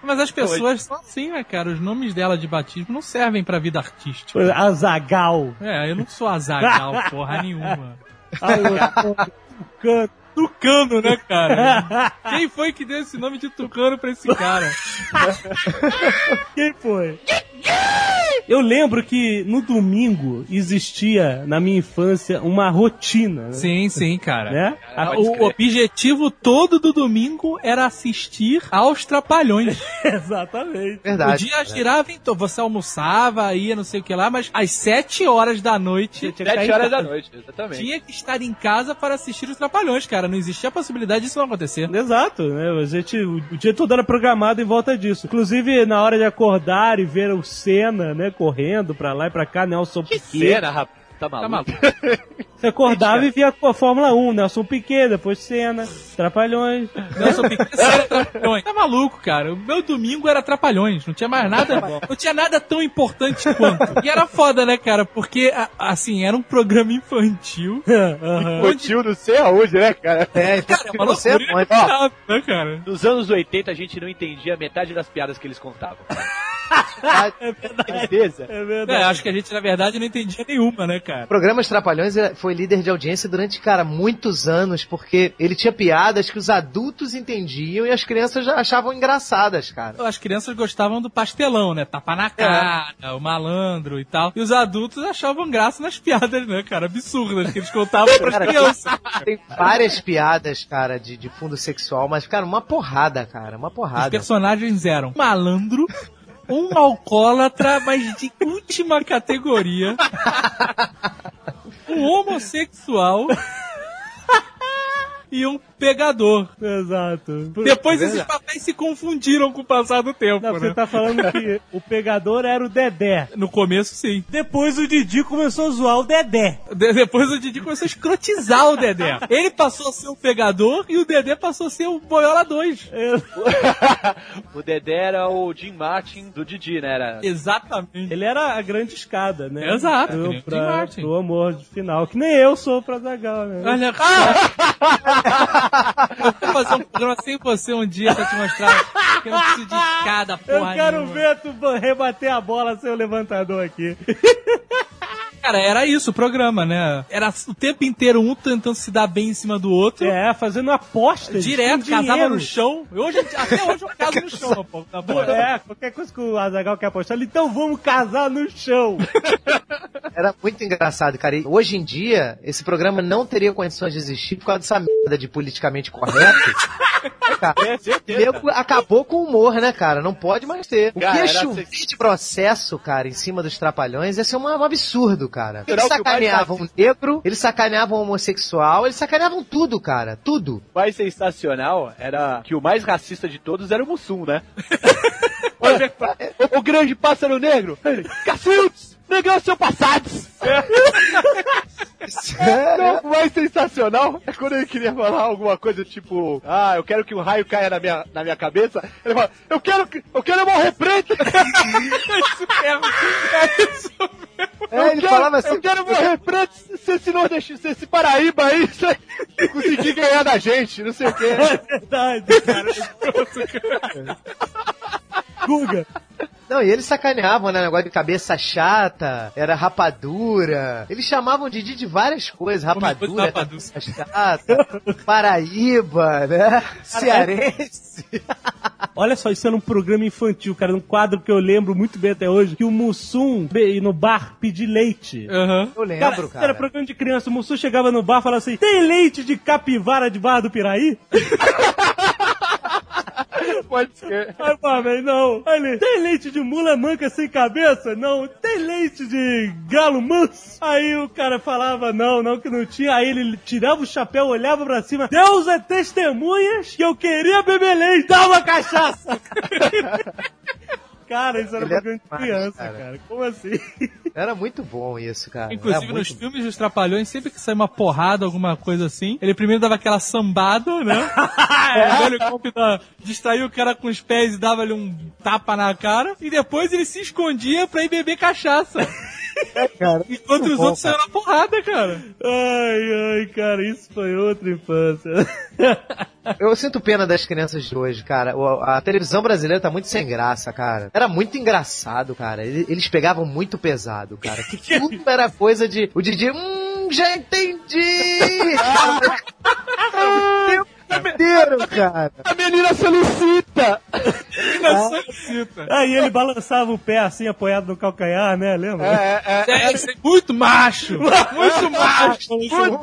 Speaker 5: Mas as pessoas são assim, né, cara? Os nomes dela de batismo não servem pra vida artística.
Speaker 2: Azagal.
Speaker 5: É, eu não sou azagal, porra nenhuma.
Speaker 2: Tucano.
Speaker 5: Tucano, né, cara? Quem foi que deu esse nome de Tucano pra esse cara?
Speaker 2: Quem foi? Eu lembro que no domingo existia, na minha infância, uma rotina. né?
Speaker 5: Sim, sim, cara.
Speaker 2: Né?
Speaker 5: Ah,
Speaker 4: Pode
Speaker 5: O
Speaker 4: crer.
Speaker 5: objetivo todo do domingo era assistir aos Trapalhões.
Speaker 2: Exatamente.
Speaker 5: O
Speaker 3: verdade.
Speaker 5: dia girava, então você almoçava, ia não sei o que lá, mas às 7 horas da noite
Speaker 2: Tinha que
Speaker 4: Sete
Speaker 2: estar
Speaker 4: horas
Speaker 2: em
Speaker 4: da
Speaker 2: casa.
Speaker 4: noite, exatamente.
Speaker 5: tinha que estar em casa para assistir os Trapalhões, cara. Não existia a possibilidade disso não acontecer.
Speaker 2: Exato, né? A gente, o, o dia todo era programado em volta disso. Inclusive, na hora de acordar e ver o Senna, né, correndo pra lá e pra cá, né, Nelson
Speaker 4: Que
Speaker 2: Piquet.
Speaker 4: cena, rapaz. Tá maluco.
Speaker 5: Tá maluco?
Speaker 2: Você acordava
Speaker 5: É
Speaker 2: e via a Fórmula 1, Nelson Piquet, depois Senna, Trapalhões.
Speaker 5: Nelson Piquet era Trapalhões. Tá maluco, cara. O meu domingo era Trapalhões. Não tinha mais nada,
Speaker 2: Tá
Speaker 5: não tinha nada tão importante quanto. E era foda, né, cara? Porque, a- assim, era um programa infantil.
Speaker 2: Aham.
Speaker 4: tio não sei aonde, né, cara?
Speaker 3: É, então
Speaker 5: Cara, é uma
Speaker 3: você é
Speaker 5: loucura
Speaker 3: bom, hein?
Speaker 5: inacreditável, né, cara?
Speaker 4: Nos anos 80 a gente não entendia metade das piadas que eles contavam. Beleza.
Speaker 2: É
Speaker 5: É,
Speaker 2: verdade.
Speaker 5: acho que a gente, na verdade, não entendia nenhuma, né, cara?
Speaker 3: O programa Os Trapalhões é- foi líder de audiência durante, cara, muitos anos, porque ele tinha piadas que os adultos entendiam e as crianças já achavam engraçadas, cara.
Speaker 5: As crianças gostavam do pastelão, né? Tapa
Speaker 2: É.
Speaker 5: na cara, o malandro e tal. E os adultos achavam graça nas piadas, né, cara? Absurdas que eles contavam pras crianças.
Speaker 3: Tem várias piadas, cara, de, de fundo sexual, mas, cara, uma porrada, cara, uma
Speaker 5: Os
Speaker 3: porrada.
Speaker 5: personagens eram malandro, um alcoólatra, mas de última categoria, um homossexual e um pegador.
Speaker 2: Exato.
Speaker 5: Depois esses papéis se confundiram com o passar do tempo,
Speaker 2: é Não,
Speaker 5: né?
Speaker 2: você tá falando que o pegador era o Dedé.
Speaker 5: No começo, sim.
Speaker 2: Depois o Didi começou a zoar o Dedé.
Speaker 5: De- depois o Didi começou a escrotizar o Dedé. Ele passou a ser o pegador e o Dedé passou a ser o Boiola 2.
Speaker 2: É.
Speaker 4: o Dedé era o Jim Martin do Didi, né? Era...
Speaker 5: Exatamente.
Speaker 2: Ele era a grande escada, né?
Speaker 5: Exato,
Speaker 2: Eu,
Speaker 5: que nem o Tim
Speaker 2: pra,
Speaker 5: Martin.
Speaker 2: pro amor de final. Que nem eu sou pra Zagal, né?
Speaker 5: Olha, cara. Eu vou fazer um programa sem você um dia pra te mostrar porque eu não preciso de escada, porra
Speaker 2: Eu quero
Speaker 5: nenhuma.
Speaker 2: ver tu ba- rebater a bola sem o levantador aqui.
Speaker 5: Cara, era isso o programa, né? Era o tempo inteiro um tentando se dar bem em cima do outro.
Speaker 2: É, fazendo apostas.
Speaker 5: Direto,
Speaker 2: com
Speaker 5: casava
Speaker 2: dinheiro.
Speaker 5: no chão. E Hoje, até hoje eu caso no chão, pô. Tá bom?
Speaker 2: É, qualquer coisa que o Azagal quer apostar, ele, então vamos casar no chão.
Speaker 3: Era muito engraçado, cara. E hoje em dia, esse programa não teria condições de existir por causa dessa merda de politicamente correto. cara,
Speaker 4: É, certeza.
Speaker 3: nego acabou com o humor, né, cara? Não pode mais ter. O
Speaker 4: Cara,
Speaker 3: que é
Speaker 4: era
Speaker 3: chover de processo, cara, em cima dos trapalhões, ia ser uma- um absurdo, cara.
Speaker 4: Era
Speaker 3: Eles
Speaker 4: o tá que o Mário
Speaker 3: sacaneavam o negro, eles sacaneavam o homossexual, eles sacaneavam tudo, cara. Tudo.
Speaker 4: O mais sensacional era que o mais racista de todos era o Mussum, né? É, o, o grande pássaro negro. Ele, Cacildes, é negão seu passados.
Speaker 3: É,
Speaker 4: Não, o mais sensacional é quando ele queria falar alguma coisa tipo, ah, eu quero que um raio caia na minha, na minha cabeça. Ele fala, eu quero, que- eu quero morrer preto.
Speaker 3: É,
Speaker 4: eu
Speaker 3: ele
Speaker 4: quero,
Speaker 3: falava assim.
Speaker 4: eu quero morrer preto se esse nordestino, se esse Paraíba aí se- conseguir ganhar da gente, não sei o quê.
Speaker 2: Verdade, cara. Guga,
Speaker 3: Não, e eles sacaneavam, né? Negócio de cabeça chata, era rapadura. Eles chamavam o Didi de várias coisas.
Speaker 5: Como é que fosse
Speaker 3: Rapadura,
Speaker 5: rapadura?
Speaker 3: cabeça chata, Paraíba, né?
Speaker 5: é-
Speaker 3: Cearense.
Speaker 2: olha só, isso era um programa infantil, cara, um quadro que eu lembro muito bem até hoje, que o Mussum veio no bar pedir leite.
Speaker 5: Aham.
Speaker 3: Eu lembro,
Speaker 2: Isso era
Speaker 3: cara.
Speaker 2: programa de criança. O Mussum chegava no bar e falava assim: tem leite de capivara de Barra do Piraí?
Speaker 4: Pode ser.
Speaker 2: Aí, pá, velho, não. Aí ele, tem leite de mula manca sem cabeça? Não. Tem leite de galo manso? Aí o cara falava, não, não, que não tinha. Aí ele tirava o chapéu, olhava pra cima. Deus é testemunhas que eu queria beber leite. Dá uma cachaça! Cara, isso era
Speaker 3: Ele
Speaker 2: uma
Speaker 3: é
Speaker 2: grande
Speaker 3: demais,
Speaker 2: criança, cara.
Speaker 3: cara.
Speaker 2: Como assim?
Speaker 3: Era muito bom isso, cara.
Speaker 5: Inclusive
Speaker 3: Era
Speaker 5: nos
Speaker 3: muito bom.
Speaker 5: filmes dos Trapalhões, sempre que saía uma porrada, alguma coisa assim, ele primeiro dava aquela sambada, né?
Speaker 3: É.
Speaker 5: o velho golpe da... distraía o cara com os pés e dava-lhe um tapa na cara, e depois ele se escondia pra ir beber cachaça.
Speaker 3: É, cara,
Speaker 5: Enquanto os
Speaker 3: bom,
Speaker 5: outros
Speaker 3: cara.
Speaker 5: saíram na porrada, cara.
Speaker 2: Ai, ai, cara, isso foi outra infância.
Speaker 3: Eu sinto pena das crianças de hoje, cara. O- A televisão brasileira tá muito sem graça, cara. Era muito engraçado, cara. Ele- Eles pegavam muito pesado, cara. Que tudo era coisa de. O Didi. Hum, já entendi! Ah, o tempo inteiro, cara.
Speaker 4: A menina solicita.
Speaker 2: Aí ele balançava o pé assim, apoiado no calcanhar, né? Lembra?
Speaker 4: É,
Speaker 5: É, isso é muito macho! Muito macho!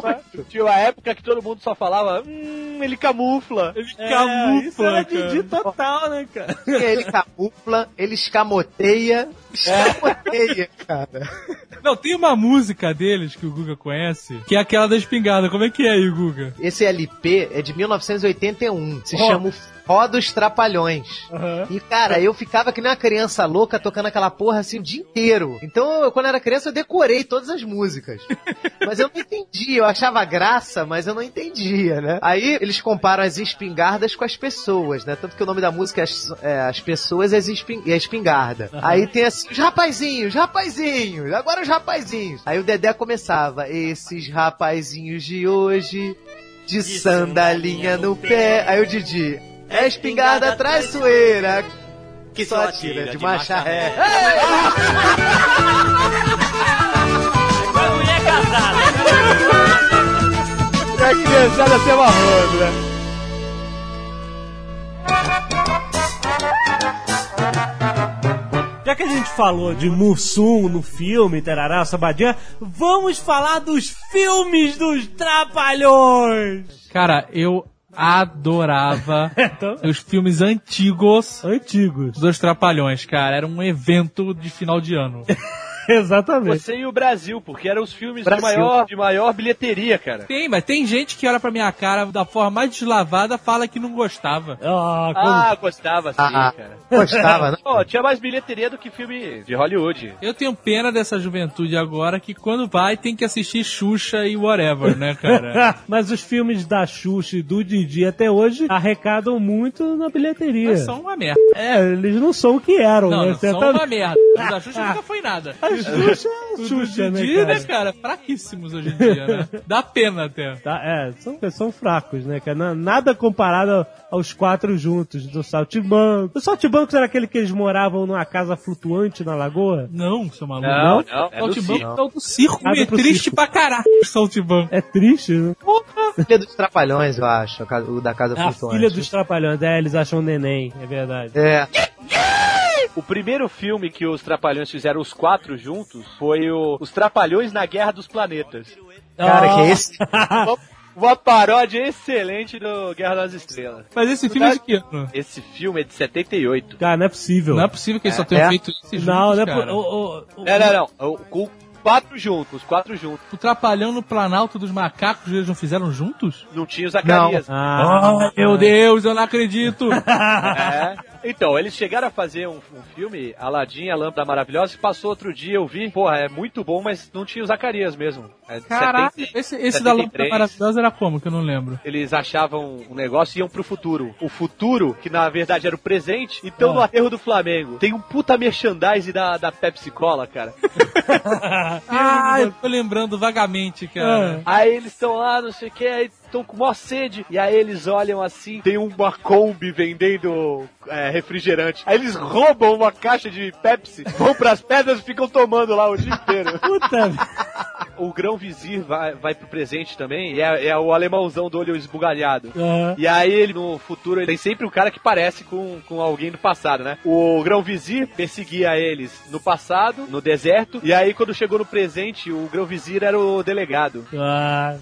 Speaker 4: é. Tinha uma época que todo mundo só falava, hum, ele camufla.
Speaker 5: Ele
Speaker 2: É, isso
Speaker 5: camufla,
Speaker 2: era
Speaker 5: cara.
Speaker 2: Didi total, né, cara?
Speaker 3: Ele camufla, ele escamoteia. Escamoteia, cara.
Speaker 5: Não, tem uma música deles que o Guga conhece, que é aquela da espingarda. Como é que é aí, Guga?
Speaker 3: Esse LP é de 1981. Se
Speaker 5: Ó.
Speaker 3: chama o Fó dos Trapalhões. E, cara, eu ficava que nem uma criança louca tocando aquela porra assim o dia inteiro. Então, eu, quando era criança, eu decorei todas as músicas. Mas eu não entendia, eu achava graça, mas eu não entendia, né? Aí eles comparam as espingardas com as pessoas, né? Tanto que o nome da música é As, é, As Pessoas e, as espin- e a Espingarda. Aí tem assim, os rapazinhos, rapazinhos, agora os rapazinhos. Aí o Dedé começava, esses rapazinhos de hoje, de, sandalinha no pé. Aí o Didi, é espingarda traiçoeira, que só tira de marcha ré.
Speaker 4: E a criançada se amarrando, né?
Speaker 2: Já que a gente falou de Mussum no filme, Tarará, Sabadinha, vamos falar dos filmes dos Trapalhões!
Speaker 5: Cara, eu adorava
Speaker 2: Então,
Speaker 5: os filmes antigos
Speaker 2: antigos.
Speaker 5: dos Trapalhões, cara. Era um evento de final de ano.
Speaker 2: Exatamente.
Speaker 4: Você e o Brasil, porque eram os filmes de
Speaker 3: Brasil.
Speaker 4: maior, de maior bilheteria, cara.
Speaker 5: Tem, mas tem gente que olha pra minha cara da forma mais deslavada, fala que não gostava.
Speaker 2: Ah, como...
Speaker 4: Ah, gostava sim,
Speaker 3: Ah,
Speaker 4: cara.
Speaker 3: gostava, né?
Speaker 4: Pô, tinha mais bilheteria do que filme de Hollywood.
Speaker 5: Eu tenho pena dessa juventude agora que quando vai tem que assistir Xuxa e whatever, né, cara?
Speaker 2: Mas os filmes da Xuxa e do Didi até hoje arrecadam muito na bilheteria.
Speaker 5: Mas são uma merda.
Speaker 2: É, eles não são o que eram,
Speaker 5: Não,
Speaker 2: né?
Speaker 5: não, são
Speaker 2: Tenta-
Speaker 5: uma merda. Mas a Xuxa nunca foi nada.
Speaker 2: A Xuxa a
Speaker 5: Hoje
Speaker 2: Xuxa,
Speaker 5: em
Speaker 2: né,
Speaker 5: dia,
Speaker 2: cara?
Speaker 5: né, cara? Fraquíssimos hoje em dia, né? Dá pena até.
Speaker 2: Tá, é, são, são fracos, né, cara? Na- Nada comparado aos quatro juntos do Saltibanco. O Saltibanco era aquele que eles moravam numa casa flutuante na lagoa?
Speaker 5: Não, seu maluco.
Speaker 4: Não, não, é do
Speaker 5: Saltibanco
Speaker 4: circo.
Speaker 5: é o do circo,
Speaker 2: Ah,
Speaker 5: é
Speaker 2: do pro
Speaker 5: triste
Speaker 2: circo.
Speaker 5: pra caralho. Saltibanco.
Speaker 2: É triste, né?
Speaker 3: Filha dos Trapalhões, eu acho, a ca- o da Casa
Speaker 2: A
Speaker 3: Flutuante.
Speaker 2: filha dos trapalhões, é, eles acham neném, é verdade.
Speaker 3: É,
Speaker 4: O primeiro filme que os Trapalhões fizeram, os quatro juntos, foi o Os Trapalhões na Guerra dos Planetas.
Speaker 3: cara, que é esse?
Speaker 4: Uma- Uma paródia excelente do Guerra das Estrelas.
Speaker 5: Mas esse filme é de que ano?
Speaker 4: Esse filme é de 78.
Speaker 2: Cara, não é possível.
Speaker 5: Não é possível que eles só tenham
Speaker 3: É.
Speaker 5: feito esse jogo.
Speaker 2: Não, não é
Speaker 5: cara.
Speaker 2: po- o- o- o-
Speaker 4: Não, não, não. O- Com quatro juntos, os quatro juntos.
Speaker 2: oh.
Speaker 5: O Trapalhão no Planalto dos Macacos eles não fizeram juntos?
Speaker 4: Não tinha o Zacarias. né?
Speaker 2: Ah,
Speaker 5: meu Deus, eu não acredito!
Speaker 4: É. Então, eles chegaram a fazer um, um filme, Aladim, a Lâmpada Maravilhosa, e passou outro dia, eu vi, porra, é muito bom, mas não tinha o Zacarias mesmo. É de
Speaker 5: Caraca,
Speaker 4: 70.
Speaker 5: esse, esse da Lâmpada
Speaker 4: 73.
Speaker 5: Maravilhosa era como? Que eu não lembro.
Speaker 4: Eles achavam um negócio e iam pro futuro. O futuro, que na verdade era o presente, então no aterro do Flamengo. Tem um puta merchandise da, da Pepsi Cola, cara.
Speaker 5: Ah, eu tô lembrando vagamente, cara.
Speaker 4: Aí eles estão lá, não sei o que, aí estão com maior sede. E aí eles olham assim, tem uma Kombi vendendo é, refrigerante. Aí eles roubam uma caixa de Pepsi, vão pras pedras e ficam tomando lá o dia inteiro.
Speaker 2: puta.
Speaker 4: o Grão Vizir vai, vai pro presente também, e é, é o alemãozão do olho esbugalhado.
Speaker 2: Aham.
Speaker 4: E aí, ele, no futuro, ele tem sempre um cara que parece com, com alguém do passado, né? O Grão Vizir perseguia eles no passado, no deserto, e aí, quando chegou no presente, o Grão Vizir era o delegado.
Speaker 2: Ah,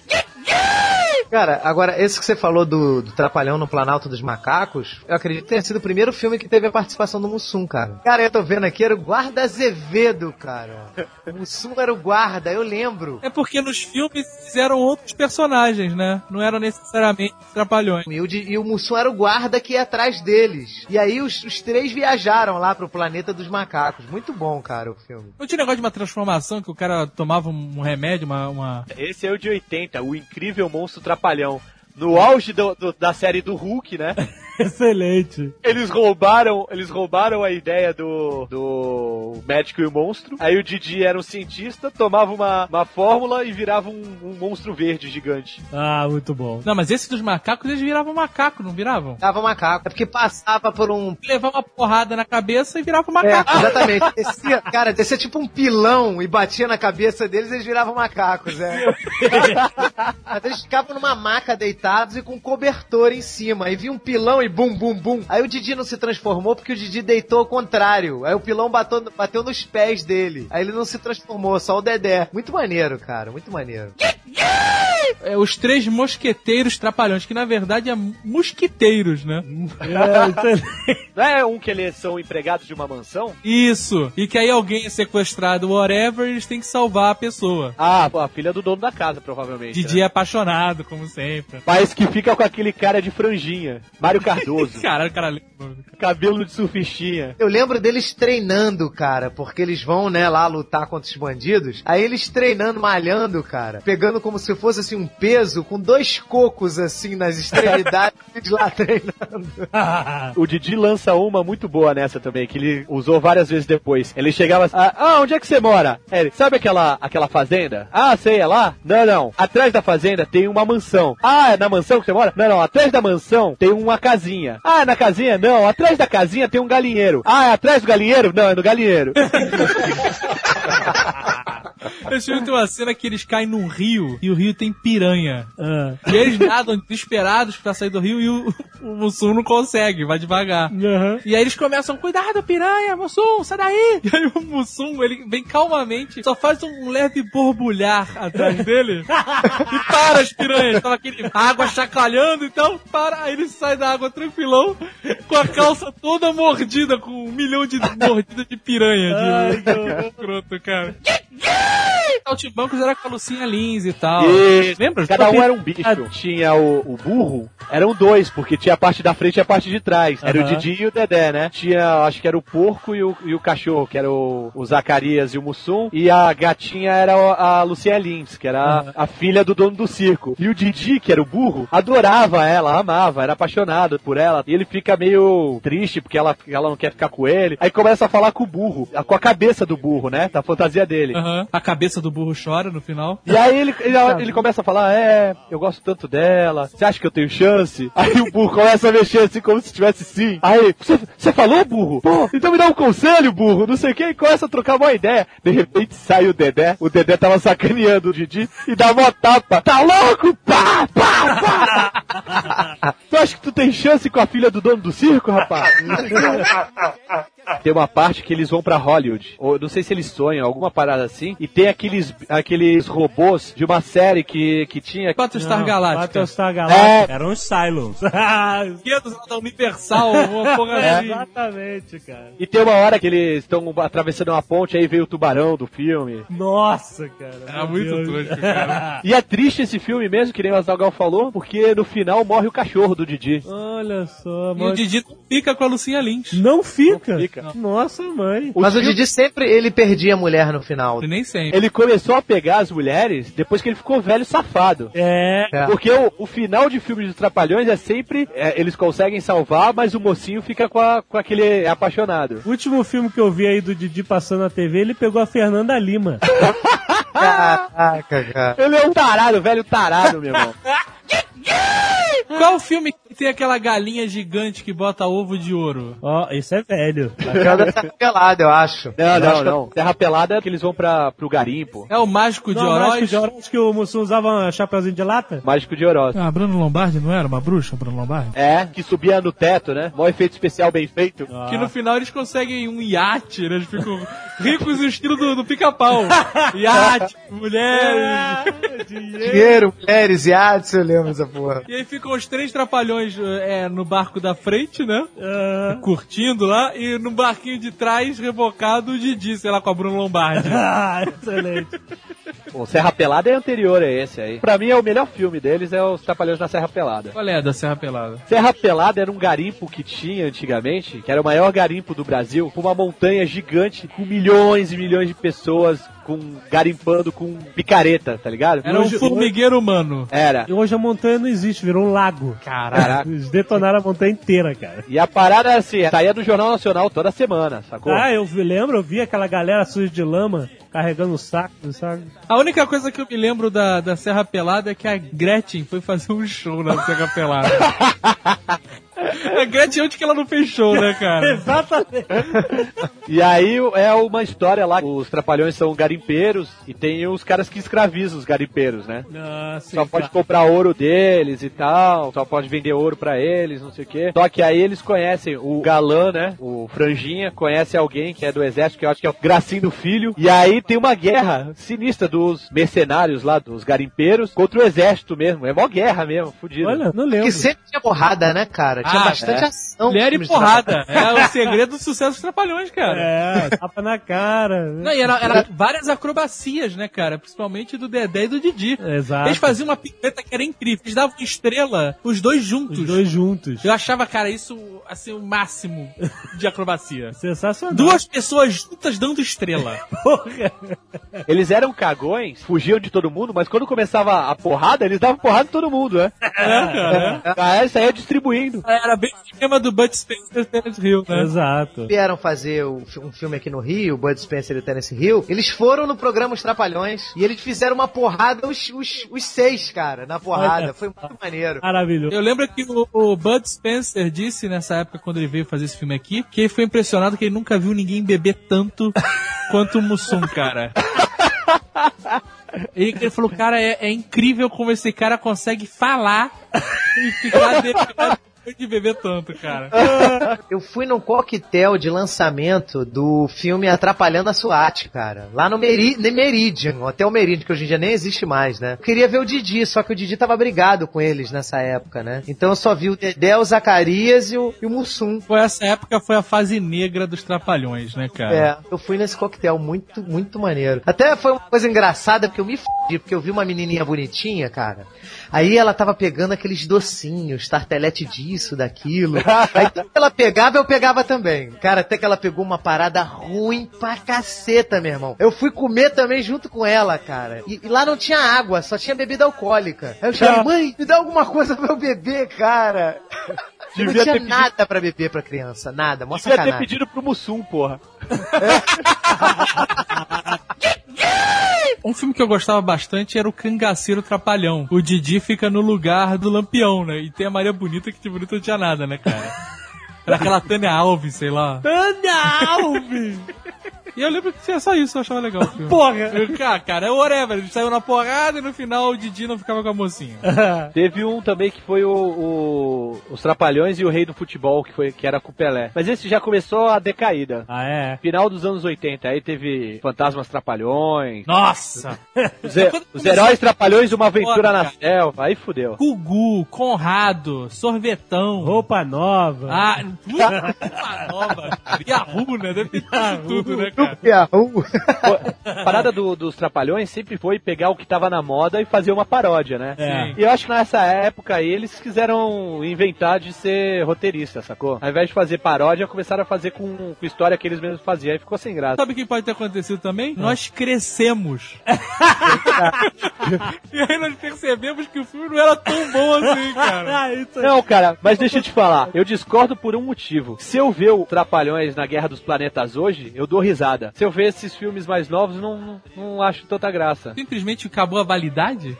Speaker 3: Cara, agora, esse que você falou do, do Trapalhão no Planalto dos Macacos, eu acredito que tenha sido o primeiro filme que teve a participação do Mussum, cara. Cara, eu tô vendo aqui, era o Guarda Azevedo, cara. O Mussum era o guarda, eu lembro.
Speaker 5: É porque nos filmes fizeram outros personagens, né? Não eram necessariamente os Trapalhões.
Speaker 3: E o, de- e o Mussum era o guarda que ia atrás deles. E aí os, os três viajaram lá pro planeta dos macacos. Muito bom, cara, o filme.
Speaker 5: Não tinha negócio de uma transformação que o cara tomava um remédio, uma... uma-
Speaker 4: Esse é o de 80, o incrível monstro trapalhão. No auge do- do- da série do Hulk, né?
Speaker 2: excelente.
Speaker 4: Eles roubaram, eles roubaram a ideia do, do médico e o monstro. Aí o Didi era um cientista, tomava uma, uma fórmula e virava um, um monstro verde gigante.
Speaker 2: Ah, muito bom.
Speaker 5: Não, mas esse dos macacos, eles viravam macaco, não viravam?
Speaker 3: Tava macaco. É porque passava por um.
Speaker 5: Levava uma porrada na cabeça e virava um
Speaker 3: É,
Speaker 5: macaco.
Speaker 3: exatamente. Descia, cara, descia tipo um pilão e batia na cabeça deles e eles viravam macacos, é. Mas eles ficavam numa maca deitados e com um cobertor em cima. Aí vinha um pilão e bum, bum, bum. Aí o Didi não se transformou porque o Didi deitou ao contrário. Aí o pilão bateu, bateu nos pés dele. Aí ele não se transformou, só o Dedé. Muito maneiro, cara, muito maneiro.
Speaker 5: É, os três mosqueteiros trapalhões, que na verdade é mosquiteiros, né?
Speaker 2: É, excelente.
Speaker 4: Não é um que eles são empregados de uma mansão?
Speaker 5: Isso. E que aí alguém é sequestrado, whatever, eles têm que salvar a pessoa.
Speaker 4: Ah, pô, a filha do dono da casa, provavelmente.
Speaker 5: Didi
Speaker 4: né?
Speaker 5: é apaixonado, como sempre.
Speaker 4: Mas é um que fica com aquele cara de franjinha. Mário Cardoso.
Speaker 5: Caralho, cara lembra.
Speaker 4: cabelo de surfistinha.
Speaker 3: Eu lembro deles treinando, cara, porque eles vão, né, lá lutar contra os bandidos. Aí eles treinando, malhando, cara, pegando como se fosse assim um peso com dois cocos assim nas extremidades eles lá treinando.
Speaker 4: O Didi lança uma muito boa nessa também, que ele usou várias vezes depois. Ele chegava assim, ah, ah, onde é que você mora? É, ele, sabe aquela, aquela fazenda? Ah, sei, é lá? Não, não. Atrás da fazenda tem uma mansão. Ah, é na mansão que você mora? Não, não. Atrás da mansão tem uma casinha. Ah, é na casinha? Não. Atrás da casinha tem um galinheiro. Ah, é atrás do galinheiro? Não, é no galinheiro.
Speaker 5: Esse filme tem uma cena que eles caem num rio e o rio tem piranha.
Speaker 2: Ah,
Speaker 5: E eles nadam desesperados pra sair do rio e o, o Mussum não consegue, vai devagar.
Speaker 2: aham.
Speaker 5: E aí eles começam, cuidado, piranha, Mussum, sai daí! E aí o Mussum, ele vem calmamente, só faz um leve borbulhar atrás dele e para as piranhas. Tava aquele água chacalhando, então para. Aí ele sai da água tranquilão, com a calça toda mordida, com um milhão de mordidas de piranha. De escroto, cara. Saltimbancos era com a Lucinha Lins e tal.
Speaker 4: Isso.
Speaker 5: Lembra?
Speaker 4: Cada um
Speaker 5: Tupi-
Speaker 4: era um bicho.
Speaker 5: Ah,
Speaker 4: Tinha o, o burro, eram dois, porque tinha a parte da frente e a parte de trás. Era o
Speaker 5: Aham.
Speaker 4: Didi e o Dedé, né? Tinha, acho que era o porco e o, e o cachorro, que era o, o Zacarias e o Mussum. E a gatinha era o- a Lucia Lins, que era a- a, filha do dono do circo. E o Didi, que era o burro, adorava ela, amava, era apaixonado por ela. E ele fica meio triste porque ela, ela não quer ficar com ele. Aí começa a falar com o burro, com a cabeça do burro, né? Da fantasia dele.
Speaker 5: aham. A cabeça do burro chora no final.
Speaker 4: E aí ele, ele, ele começa a falar, é, eu gosto tanto dela, você acha que eu tenho chance? Aí o burro começa a mexer assim como se tivesse sim. Aí, você você falou, burro? Pô, então me dá um conselho, burro, não sei o que, e começa a trocar uma ideia. De repente sai o Dedé, o Dedé tava sacaneando o Didi e dá uma tapa. Tá louco? Pá, pá, pá! tu acha que tu tem chance com a filha do dono do circo, rapaz? Tem uma parte que eles vão pra Hollywood, ou não sei se eles sonham, alguma parada assim, e tem aqueles, aqueles robôs de uma série que, que tinha.
Speaker 5: Battlestar Galáctica.
Speaker 3: É.
Speaker 2: Battlestar Galáctica. Eram os Cylons. Ah,
Speaker 5: Esquerdos da um Universal, uma porra
Speaker 3: É.
Speaker 5: assim.
Speaker 2: Exatamente, cara.
Speaker 4: E tem uma hora que eles estão atravessando uma ponte, aí veio o tubarão do filme.
Speaker 2: Nossa, cara.
Speaker 5: Era
Speaker 2: meu
Speaker 5: muito
Speaker 2: Deus.
Speaker 5: tosco, cara.
Speaker 4: E é triste esse filme mesmo, que nem o Azagal falou, porque no final morre o cachorro do Didi.
Speaker 2: Olha só,
Speaker 5: E o
Speaker 2: mano.
Speaker 5: Didi não fica com a Lucinha Lynch.
Speaker 2: Não fica.
Speaker 4: Não fica.
Speaker 2: Nossa, mãe.
Speaker 3: Mas o
Speaker 4: filme-
Speaker 3: Didi sempre ele perdia a mulher no final.
Speaker 5: Nem sempre.
Speaker 4: Ele começou a pegar as mulheres depois que ele ficou velho safado.
Speaker 2: É.
Speaker 3: É.
Speaker 4: Porque o, o final de filme dos Trapalhões é sempre. é, eles conseguem salvar, mas o mocinho fica com, a- com aquele apaixonado.
Speaker 2: O último filme que eu vi aí do Didi passando na TV, ele pegou a Fernanda Lima.
Speaker 3: Caraca, cara.
Speaker 4: Ele é um tarado, velho tarado, meu irmão.
Speaker 5: Qual o filme que tem aquela galinha gigante que bota ovo de ouro?
Speaker 2: Ó, isso é velho.
Speaker 3: Ela tá pelada, eu acho.
Speaker 4: Não,
Speaker 3: Eu acho
Speaker 4: não,
Speaker 3: que-
Speaker 4: não. Terra pelada é que eles vão pra, pro garimpo.
Speaker 5: É o Mágico de
Speaker 2: Não, acho que
Speaker 5: Oroz?
Speaker 2: de Oroz que o Mussum usava um chapeuzinho de lata?
Speaker 4: Mágico de Oroz.
Speaker 5: Ah, Bruno Lombardi não era uma bruxa, Bruno Lombardi?
Speaker 4: É, que subia no teto, né? Mó efeito especial bem feito.
Speaker 5: Que no final eles conseguem um iate, né? Eles ficam ricos no estilo do, do pica-pau. iate, mulheres.
Speaker 3: Dinheiro, mulheres e ah, se eu lembro dessa porra.
Speaker 5: E aí ficam os três trapalhões eh, no barco da frente, né?
Speaker 2: Ah,
Speaker 5: Curtindo lá. E no barquinho de trás, rebocado, o Didi, sei lá, com a Bruno Lombardi.
Speaker 2: ah, excelente.
Speaker 4: Bom, Serra Pelada é anterior a esse aí. Pra mim é o melhor filme deles, é os Trapalhões na Serra Pelada.
Speaker 5: Qual é a da Serra Pelada?
Speaker 4: Serra Pelada era um garimpo que tinha antigamente, que era o maior garimpo do Brasil, com uma montanha gigante com milhões e milhões de pessoas com garimpando com picareta, tá ligado?
Speaker 5: Era um formigueiro humano.
Speaker 4: Era.
Speaker 2: E hoje a montanha não existe, virou um lago.
Speaker 4: Caraca.
Speaker 2: Eles detonaram a montanha inteira, cara.
Speaker 4: E a parada era assim, saía do Jornal Nacional toda semana, sacou?
Speaker 2: Ah, eu vi- lembro, eu vi aquela galera suja de lama carregando o saco, sabe?
Speaker 5: A única coisa que eu me lembro da, da Serra Pelada é que a Gretchen foi fazer um show na Serra Pelada. a Gretchen, onde que ela não fez show, né, cara?
Speaker 2: Exatamente.
Speaker 4: E aí é uma história lá, os trapalhões são garimpeiros e tem os caras que escravizam os garimpeiros, né?
Speaker 2: Nossa,
Speaker 4: Só pode comprar ouro deles e tal, só pode vender ouro pra eles, não sei o quê. Só que aí eles conhecem o galã, né? O franjinha, conhece alguém que é do exército, que eu acho que é o Gracinho do Filho. E aí tem uma guerra sinistra dos mercenários lá, dos garimpeiros, contra o exército mesmo. É mó guerra mesmo, fudido.
Speaker 2: Olha, não lembro.
Speaker 3: Que sempre tinha porrada, né, cara? Tinha
Speaker 5: Ah,
Speaker 3: bastante
Speaker 4: é.
Speaker 3: ação.
Speaker 5: Mulher e
Speaker 3: nos
Speaker 5: porrada. É o segredo do sucesso dos Trapalhões, cara.
Speaker 2: É, tapa na cara.
Speaker 5: Não, e era, era várias acrobacias, né, cara? Principalmente do Dedé e do Didi.
Speaker 2: Exato.
Speaker 5: Eles faziam uma pirueta que era incrível. Eles davam estrela, os dois juntos.
Speaker 2: Os dois juntos.
Speaker 5: Eu achava, cara, isso, assim, o máximo de acrobacia.
Speaker 2: Sensacional.
Speaker 5: Duas pessoas juntas dando estrela.
Speaker 2: porra.
Speaker 4: Eles eram cagões, fugiam de todo mundo, mas quando começava a porrada, eles davam porrada em todo mundo, né? é. Aí saía distribuindo.
Speaker 5: Era bem o esquema do Bud Spencer Terence Hill, né?
Speaker 2: Exato.
Speaker 3: vieram fazer o fi- um filme aqui no Rio, Bud Spencer e Terence Hill, eles foram no programa Os Trapalhões e eles fizeram uma porrada, os, os, os seis, cara, na porrada.
Speaker 2: Olha.
Speaker 3: Foi muito maneiro.
Speaker 2: Maravilhoso.
Speaker 5: Eu lembro que o, o Bud Spencer disse nessa época, quando ele veio fazer esse filme aqui, que ele foi impressionado que ele nunca viu ninguém beber tanto quanto o Mussum, cara. Ele, ele falou, cara, é, é incrível como esse cara consegue falar e ficar de- de beber tanto, cara.
Speaker 3: Eu fui num coquetel de lançamento do filme Atrapalhando a SWAT, cara. Lá no Meri no Meridian, até o Meridian, que hoje em dia nem existe mais, né? Eu queria ver o Didi, só que o Didi tava brigado com eles nessa época, né? Então eu só vi o Dedé, o Zacarias e o, e o Mussum.
Speaker 5: Foi essa época, foi a fase negra dos trapalhões, né, cara?
Speaker 3: É, eu fui nesse coquetel, muito, muito maneiro. Até foi uma coisa engraçada, porque eu me fudi, porque eu vi uma menininha bonitinha, cara. Aí ela tava pegando aqueles docinhos, tartelete disso, daquilo. Aí tudo que ela pegava, eu pegava também. Cara, até que ela pegou uma parada ruim pra caceta, meu irmão. Eu fui comer também junto com ela, cara. E, e lá não tinha água, só tinha bebida alcoólica. Aí eu chamei, mãe, me dá alguma coisa pra eu beber, cara. E não
Speaker 4: Devia
Speaker 3: tinha
Speaker 4: ter pedido-
Speaker 3: nada pra beber pra criança, nada, mó
Speaker 4: Devia ter
Speaker 3: sacanagem.
Speaker 4: pedido pro Mussum, porra.
Speaker 5: Um filme que eu gostava bastante era o Cangaceiro Trapalhão. O Didi fica no lugar do Lampião, né? E tem a Maria Bonita, que de bonita não tinha nada, né, cara? Era aquela Tânia Alves, sei lá.
Speaker 2: Tânia Alves!
Speaker 5: E eu lembro que era só isso, eu achava legal o filme.
Speaker 2: Porra!
Speaker 5: Eu, Cara, cara, é whatever. Ele saiu na porrada e no final o Didi não ficava com a mocinha.
Speaker 4: Teve um também que foi o, o- Os Trapalhões e o Rei do Futebol, que, foi, que era com o Pelé. Mas esse já começou a decaída.
Speaker 5: Ah, é?
Speaker 4: Final dos anos 80, aí teve Fantasmas Trapalhões,
Speaker 5: Nossa!
Speaker 4: os, he-
Speaker 5: Quando
Speaker 4: os
Speaker 5: começou-
Speaker 4: Heróis Trapalhões Uma Aventura
Speaker 5: Foda,
Speaker 4: na
Speaker 5: cara.
Speaker 4: Selva, aí fudeu.
Speaker 5: Gugu, Conrado, Sorvetão.
Speaker 2: Roupa nova.
Speaker 5: Ah, puta puta nova. cara. Yahoo, né? Deve ter de tudo, né, cara?
Speaker 3: Yahoo.
Speaker 4: Pô, A parada do- dos Trapalhões sempre foi pegar o que tava na moda e fazer uma paródia, né?
Speaker 5: É.
Speaker 4: E eu acho que nessa época aí eles quiseram inventar de ser roteirista, sacou? Ao invés de fazer paródia, começaram a fazer com, com história que eles mesmos faziam, aí ficou sem graça.
Speaker 5: Sabe o que pode ter acontecido também? Nós crescemos. e aí nós percebemos que o filme não era tão bom assim, cara.
Speaker 2: Ah, isso aí.
Speaker 4: Não, cara, mas deixa eu te falar, eu discordo por um motivo. Se eu ver o Trapalhões na Guerra dos Planetas hoje, eu dou risada. Se eu ver esses filmes mais novos, não, não, não acho tanta graça.
Speaker 5: Simplesmente acabou a validade?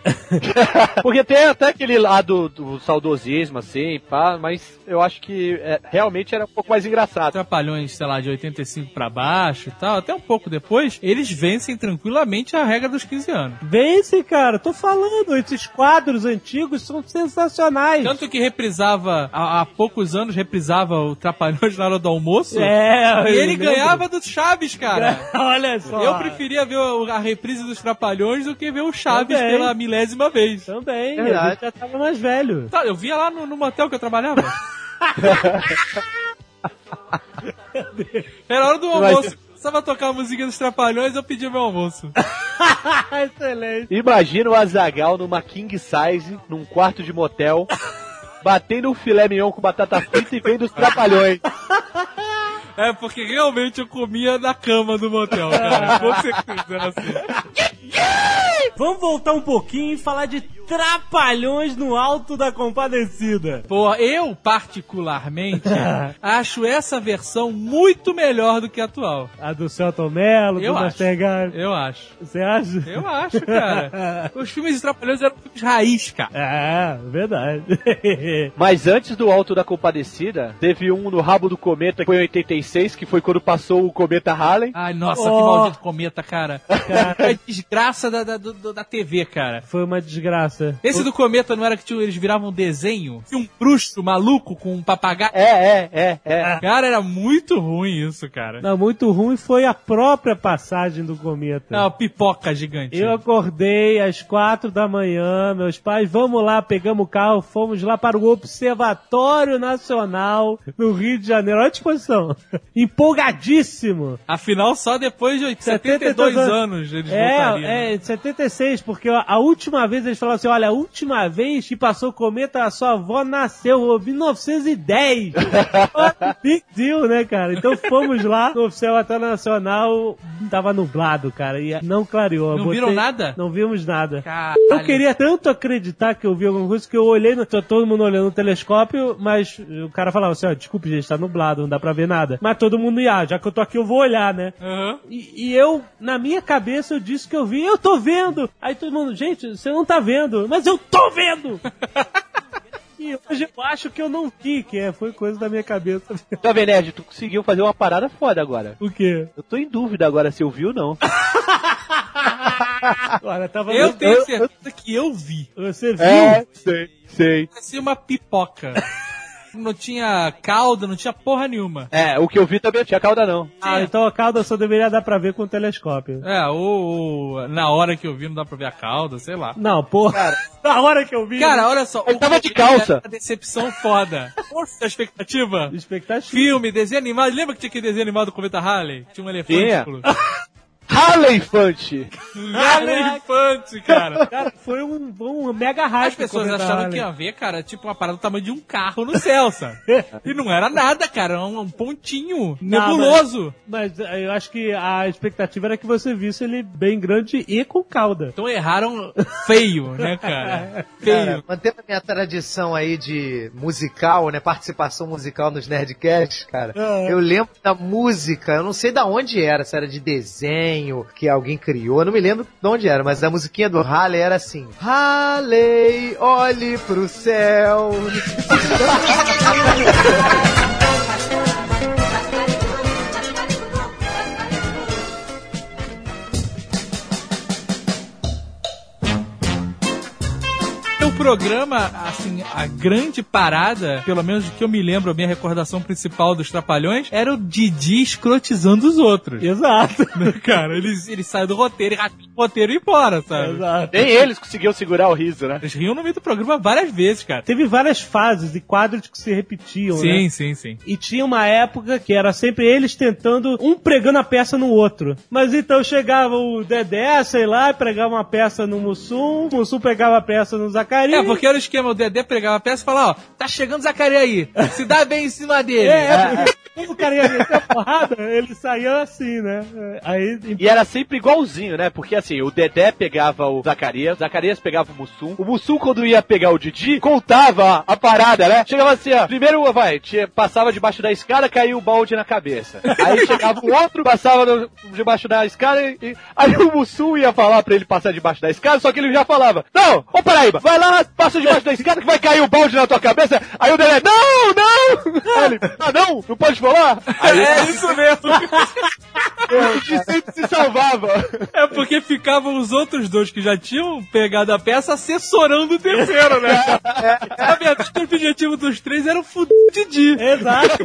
Speaker 4: Porque tem até aquele lado do saudosismo, assim, pá, mas eu acho que é, realmente era um pouco mais engraçado.
Speaker 5: Trapalhões, sei lá, de 85 pra baixo e tal, até um pouco depois, eles vencem tranquilamente a regra dos 15 anos.
Speaker 2: Vence, cara. Tô falando, esses quadros antigos são sensacionais.
Speaker 5: Tanto que reprisava, há, há poucos anos, reprisava o Trapalhões na hora do almoço.
Speaker 2: É,
Speaker 5: E
Speaker 2: eu
Speaker 5: ele
Speaker 2: lembro.
Speaker 5: ganhava do Chaves, cara.
Speaker 2: Olha só.
Speaker 5: Eu preferia ver o- a reprise dos Trapalhões do que ver o Chaves
Speaker 2: Também.
Speaker 5: pela milésima vez.
Speaker 2: Também,
Speaker 3: Verdade.
Speaker 2: a gente já tava mais velho.
Speaker 5: Tá, eu via lá no, no motel que eu trabalhava. Era hora do almoço. Precisava tocar a musiquinha dos Trapalhões, eu pedia meu almoço.
Speaker 2: Excelente.
Speaker 4: Imagina o Azagal numa king size, num quarto de motel, batendo um filé mignon com batata frita e vendo os trapalhões.
Speaker 5: É, porque realmente eu comia na cama do motel, cara. Com certeza era assim.
Speaker 2: Vamos voltar um pouquinho e falar de Trapalhões no Alto da Compadecida.
Speaker 5: Pô, eu particularmente acho essa versão muito melhor do que a atual.
Speaker 2: A do Celton Mello, do
Speaker 5: Eu acho.
Speaker 2: Mastergard.
Speaker 5: Eu acho.
Speaker 2: Você acha?
Speaker 5: Eu acho, cara. Os filmes de Trapalhões eram filmes raiz, cara.
Speaker 2: É, verdade.
Speaker 4: Mas antes do Alto da Compadecida, teve um no Rabo do Cometa, que foi em 86, que foi quando passou o Cometa Halley.
Speaker 5: Ai, nossa, que
Speaker 2: Oh.
Speaker 5: maldito cometa, cara. É desgraça da, da, do- da TV, cara.
Speaker 2: Foi uma desgraça.
Speaker 5: Esse do cometa não era que tinha- eles viravam um desenho? Tinha um bruxo maluco com um papagaio?
Speaker 4: É, é, é, é.
Speaker 5: Cara, era muito ruim isso, cara.
Speaker 2: Não, muito ruim foi a própria passagem do cometa.
Speaker 5: Não, É pipoca gigante.
Speaker 2: Eu acordei às quatro da manhã, meus pais, vamos lá, pegamos o carro, fomos lá para o Observatório Nacional no Rio de Janeiro. Olha a disposição. Empolgadíssimo.
Speaker 5: Afinal, só depois de 72 anos eles voltariam. né?
Speaker 2: É, é, 76, porque a, a última vez eles falaram assim: olha, a última vez que passou o cometa, a sua avó nasceu, em 1910. Olha, Big deal, né, cara? Então fomos lá no Observatório Nacional, tava nublado, cara, e não clareou.
Speaker 5: Não viram nada?
Speaker 2: Não vimos nada.
Speaker 5: Caralho.
Speaker 2: Eu queria tanto acreditar que eu vi alguma coisa que eu olhei, no, tô todo mundo olhando no telescópio, mas o cara falava assim: ó, desculpe, gente, tá nublado, não dá pra ver nada. Mas todo mundo ia, "Ah, já que eu tô aqui, eu vou olhar, né?
Speaker 5: Aham.
Speaker 2: E, e eu, na minha cabeça, eu disse que eu vi, eu tô vendo. Aí todo mundo, gente, você não tá vendo, mas eu tô vendo! e hoje eu acho que eu não vi, que é, foi coisa da minha cabeça.
Speaker 4: Jovem Nerd, tu conseguiu fazer uma parada foda agora.
Speaker 2: o quê?
Speaker 4: Eu tô em dúvida agora se eu vi ou não.
Speaker 2: Olha, tava.
Speaker 5: Eu tenho É. certeza que eu vi.
Speaker 2: Você viu?
Speaker 4: É, sei, sei.
Speaker 5: Parecia uma pipoca. não tinha cauda, não tinha porra nenhuma.
Speaker 4: É, o que eu vi também não tinha cauda, não.
Speaker 2: Ah, então a cauda só deveria dar pra ver com o telescópio.
Speaker 5: É, ou, ou na hora que eu vi não dá pra ver a cauda, sei lá.
Speaker 2: Não, porra. Na hora que eu vi.
Speaker 5: Cara, olha só.
Speaker 4: Ele
Speaker 5: o
Speaker 4: tava de
Speaker 5: Rodrigo era
Speaker 4: calça.
Speaker 5: A decepção foda. Força da expectativa.
Speaker 2: expectativa.
Speaker 5: Filme, desenho animado. Lembra que tinha aquele desenho animado do Cometa Halley? Tinha um elefante.
Speaker 4: Tinha.
Speaker 5: Bruno.
Speaker 4: Harley Infante!
Speaker 5: Halley Infante, cara.
Speaker 2: Cara, foi um, um mega
Speaker 5: As
Speaker 2: hype.
Speaker 5: pessoas
Speaker 2: comentar,
Speaker 5: acharam
Speaker 2: né?
Speaker 5: que ia ver, cara, tipo uma parada do tamanho de um carro no céu, sabe? E não era nada, cara. Era um, um pontinho
Speaker 2: Não,
Speaker 5: nebuloso.
Speaker 2: Mas eh, eu acho que a expectativa era que você visse ele bem grande e com cauda.
Speaker 5: Então erraram feio, né, cara? Feio.
Speaker 3: Cara, mantendo a minha tradição aí de musical, né? Participação musical nos Nerdcasts, cara. Eu lembro da música, eu não sei da onde era, se era de desenho que alguém criou, eu não me lembro de onde era, mas a musiquinha do Halley era assim: Halley, olhe pro céu.
Speaker 5: O programa, assim, a grande parada, pelo menos que eu me lembro, a minha recordação principal dos Trapalhões, era o Didi escrotizando os outros.
Speaker 2: Exato.
Speaker 5: né, cara? Ele, ele sai do roteiro, ele rasga o roteiro e ia embora, sabe?
Speaker 2: Exato.
Speaker 4: Nem eles conseguiam segurar o riso, né?
Speaker 5: Eles riam no meio do programa várias vezes, cara.
Speaker 2: Teve várias fases e quadros que se repetiam, né?
Speaker 5: Sim, sim, sim.
Speaker 2: E tinha uma época que era sempre eles tentando, um pregando a peça no outro. Mas então chegava o Dedé, sei lá, e pregava uma peça no Mussum, o Mussum pegava a peça no Zacarias.
Speaker 5: É, porque era o esquema, o Dedé pregava a peça e falava, ó, tá chegando o Zacaria aí, se dá bem em cima dele.
Speaker 2: É, é, porque como o cara ia meter a porrada, ele saía assim, né? Aí,
Speaker 4: E era sempre igualzinho, né? Porque assim, o Dedé pegava o Zacarias, o Zacarias pegava o Mussum. O Mussum, quando ia pegar o Didi, contava a parada, né? Chegava assim, ó. Primeiro, vai, tinha- passava debaixo da escada, caiu o balde na cabeça. Aí chegava o outro, passava no- debaixo da escada e, e- Aí o Mussum ia falar pra ele passar debaixo da escada, só que ele já falava: Não, ô Paraíba, vai lá, passa debaixo da escada que vai cair o balde na tua cabeça. Aí o Dedé, não, não! Aí ele, ah, não, não pode falar? Aí
Speaker 5: É isso mesmo.
Speaker 4: o Didi sempre se salvava.
Speaker 5: É porque ficavam os outros dois que já tinham pegado a peça assessorando o terceiro, né? Na verdade, o objetivo dos três era o fudido Didi.
Speaker 2: Exato.